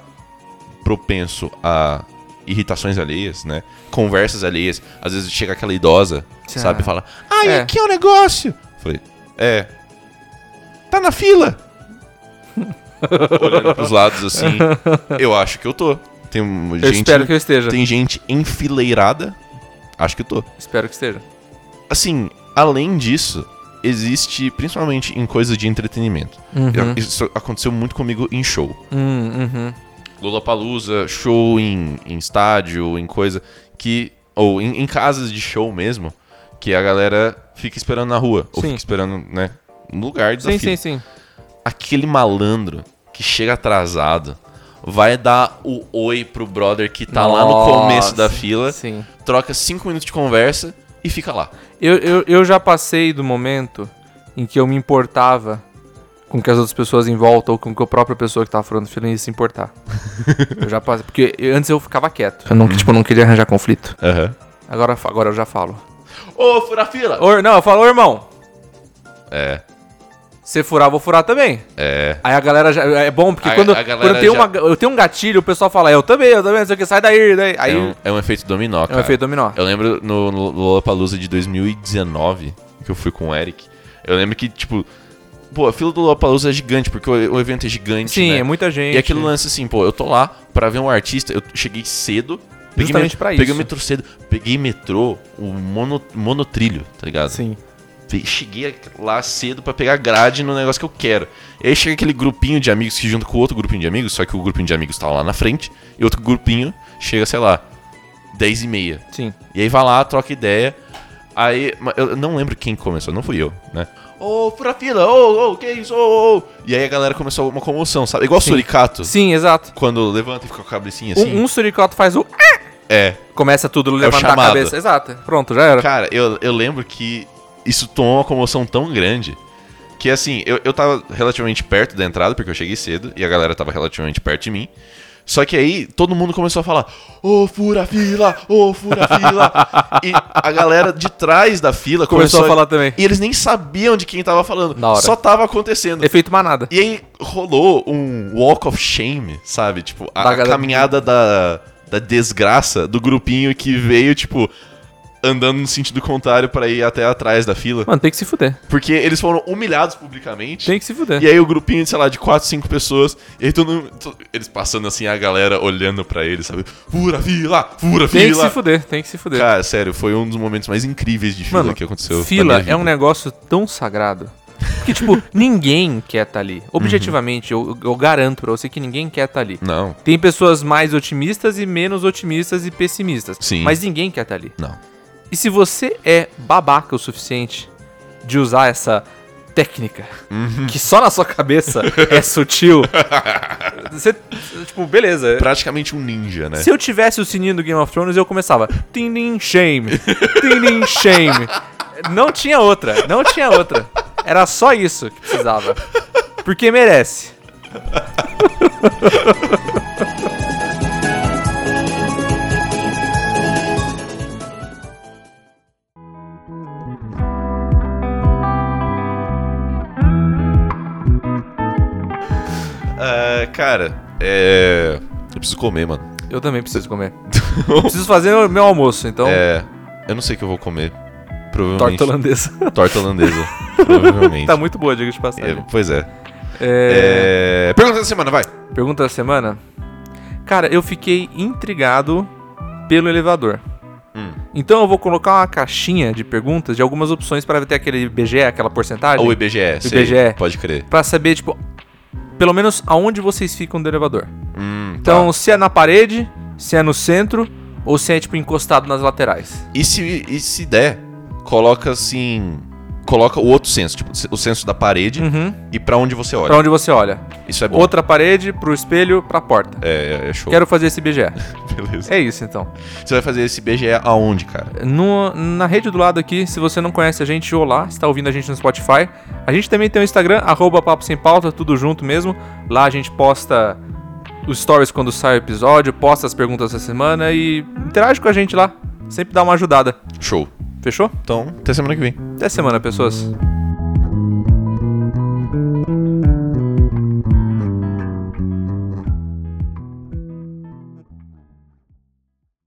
S1: propenso a irritações alheias, né? Conversas alheias, às vezes chega aquela idosa,
S2: Tchau.
S1: sabe, e fala, ai,
S2: É.
S1: aqui é o negócio. Falei, é. Tá na fila! Olhando pros lados assim, eu acho que eu tô. Tem
S2: Eu
S1: gente.
S2: espero que eu esteja.
S1: Tem gente enfileirada. Acho que eu tô
S2: Espero que esteja.
S1: assim, além disso, existe principalmente em coisas de entretenimento.
S2: Uhum.
S1: Isso aconteceu muito comigo em show.
S2: Hum, uhum.
S1: Lollapalooza, show em, em estádio, em coisa que ou em, em casas de show mesmo, que a galera fica esperando na rua ou
S2: Sim.
S1: fica esperando, né, no lugar da
S2: Sim,
S1: fila.
S2: sim, sim.
S1: Aquele malandro que chega atrasado, vai dar o oi pro brother que tá lá no começo da
S2: Nossa,
S1: fila,
S2: Sim.
S1: troca cinco minutos de conversa e fica lá.
S2: Eu, eu, eu já passei do momento em que eu me importava com que as outras pessoas em volta ou com que a própria pessoa que tava falando fila ia se importar. eu já passei. Porque eu- antes eu ficava quieto. Eu não, tipo, eu não queria arranjar conflito.
S1: Aham.
S2: Agora, eu fa- agora eu já falo.
S1: Ô, fura a fila!
S2: Ô, não, eu falo, ô irmão,
S1: É,
S2: você furar, eu vou furar também.
S1: é.
S2: Aí a galera já. É bom, porque
S1: A-
S2: quando,
S1: a galera
S2: quando
S1: já-
S2: tem uma, eu tenho um gatilho, o pessoal fala, eu também, eu também, não sei o que, sai daí, daí. Aí
S1: É um, é um efeito dominó, cara. é
S2: efeito dominó.
S1: Eu lembro no, no Lollapalooza de 2019, que eu fui com o Eric, eu lembro que, tipo... Pô, a fila do Lollapalooza é gigante, porque o, o evento é gigante,
S2: Sim,
S1: né?
S2: é muita gente.
S1: E aquele lance assim, pô, eu tô lá pra ver um artista, eu cheguei cedo... peguei
S2: Justamente
S1: met-
S2: pra
S1: Peguei
S2: isso.
S1: o metrô cedo, peguei metrô, o mono, monotrilho, tá ligado?
S2: Sim.
S1: Fe- Cheguei lá cedo pra pegar grade no negócio que eu quero. E aí chega aquele grupinho de amigos que junta com outro grupinho de amigos, só que o grupinho de amigos tá lá na frente, e outro grupinho chega, sei lá, 10 e meia.
S2: Sim.
S1: E aí vai lá, troca ideia. Aí, ma- eu eu não lembro quem começou, não fui eu, né? Ô, fura a fila, ô, ô, que isso, ô, ô. E aí a galera começou uma comoção, sabe? Igual suricato,
S2: Sim, exato.
S1: quando levanta e fica com a cabecinha
S2: Um-
S1: assim.
S2: um suricato faz o.
S1: É,
S2: Começa tudo, levantar a
S1: chamado.
S2: cabeça. Exato. Pronto, já era.
S1: Cara, eu, eu lembro que isso tomou uma comoção tão grande que, assim, eu, eu tava relativamente perto da entrada, porque eu cheguei cedo e a galera tava relativamente perto de mim. Só que aí todo mundo começou a falar: Ô fura fila, ô fura fila. e a galera de trás da fila
S2: Começou
S1: começou,
S2: a falar também.
S1: E eles nem sabiam de quem tava falando.
S2: Na hora.
S1: Só tava acontecendo.
S2: Efeito manada.
S1: E aí rolou um walk of shame, sabe? Tipo, a,
S2: Da
S1: a
S2: galera-
S1: caminhada da, da desgraça do grupinho que veio, tipo, andando no sentido contrário pra ir até atrás da fila.
S2: Mano, tem que se fuder.
S1: Porque eles foram humilhados publicamente.
S2: Tem que se fuder.
S1: E aí o grupinho, sei lá, de 4, 5 pessoas, e aí todo mundo, to- eles passando assim, a galera olhando pra eles, sabe? Fura fila, fura
S2: Tem que se
S1: fila.
S2: fuder, tem que se fuder.
S1: Cara, sério, foi um dos momentos mais incríveis de fila
S2: Mano,
S1: que aconteceu. na minha
S2: Fila
S1: vida.
S2: é um negócio tão sagrado. Que, tipo, ninguém quer estar ali.
S1: Uhum.
S2: Objetivamente, eu, eu garanto pra você que ninguém quer estar ali.
S1: Não,
S2: Tem pessoas mais otimistas e menos otimistas e pessimistas.
S1: Sim.
S2: Mas ninguém quer estar ali.
S1: não.
S2: E se você é babaca o suficiente de usar essa técnica,
S1: Uhum.
S2: que só na sua cabeça é sutil, você, tipo, beleza.
S1: Praticamente um ninja, né?
S2: Se eu tivesse o sininho do Game of Thrones, eu começava. Tinin shame. Tinin shame. Não tinha outra. Não tinha outra. Era só isso que precisava. Porque merece.
S1: Ah, cara, é. Eu preciso comer, mano.
S2: Eu também preciso comer. Preciso fazer o meu almoço, então.
S1: É. Eu não sei o que eu vou comer. Provavelmente.
S2: torta holandesa.
S1: Torta holandesa. provavelmente.
S2: tá muito boa, diga de passagem.
S1: É, pois é.
S2: É,
S1: É... Pergunta da semana, vai.
S2: Pergunta da semana. Cara, eu fiquei intrigado pelo elevador.
S1: Hum.
S2: Então eu vou colocar uma caixinha de perguntas de algumas opções para ter aquele IBGE, aquela porcentagem.
S1: Ou IBGE. sei,
S2: IBGE.
S1: Pode crer.
S2: Pra saber, tipo, pelo menos aonde vocês ficam do elevador.
S1: Hum, tá.
S2: Então, se é na parede, se é no centro ou se é tipo encostado nas laterais.
S1: E se, e se der, coloca assim. Coloca o outro senso, tipo, o senso da parede
S2: Uhum.
S1: e pra onde você olha.
S2: Pra onde você olha.
S1: Isso é bom.
S2: Outra parede, pro espelho, pra porta.
S1: É, é show.
S2: Quero fazer esse IBGE.
S1: Beleza.
S2: É isso então.
S1: Você vai fazer esse BGE aonde, cara?
S2: No- na rede do lado aqui, se você não conhece a gente, olá, está ouvindo a gente no Spotify. A gente também tem o Instagram, arroba Papo Sem Pauta, tudo junto mesmo. Lá a gente posta os stories quando sai o episódio, posta as perguntas da semana e interage com a gente lá. Sempre dá uma ajudada.
S1: Show.
S2: Fechou?
S1: Então, até semana que vem.
S2: Até semana, pessoas.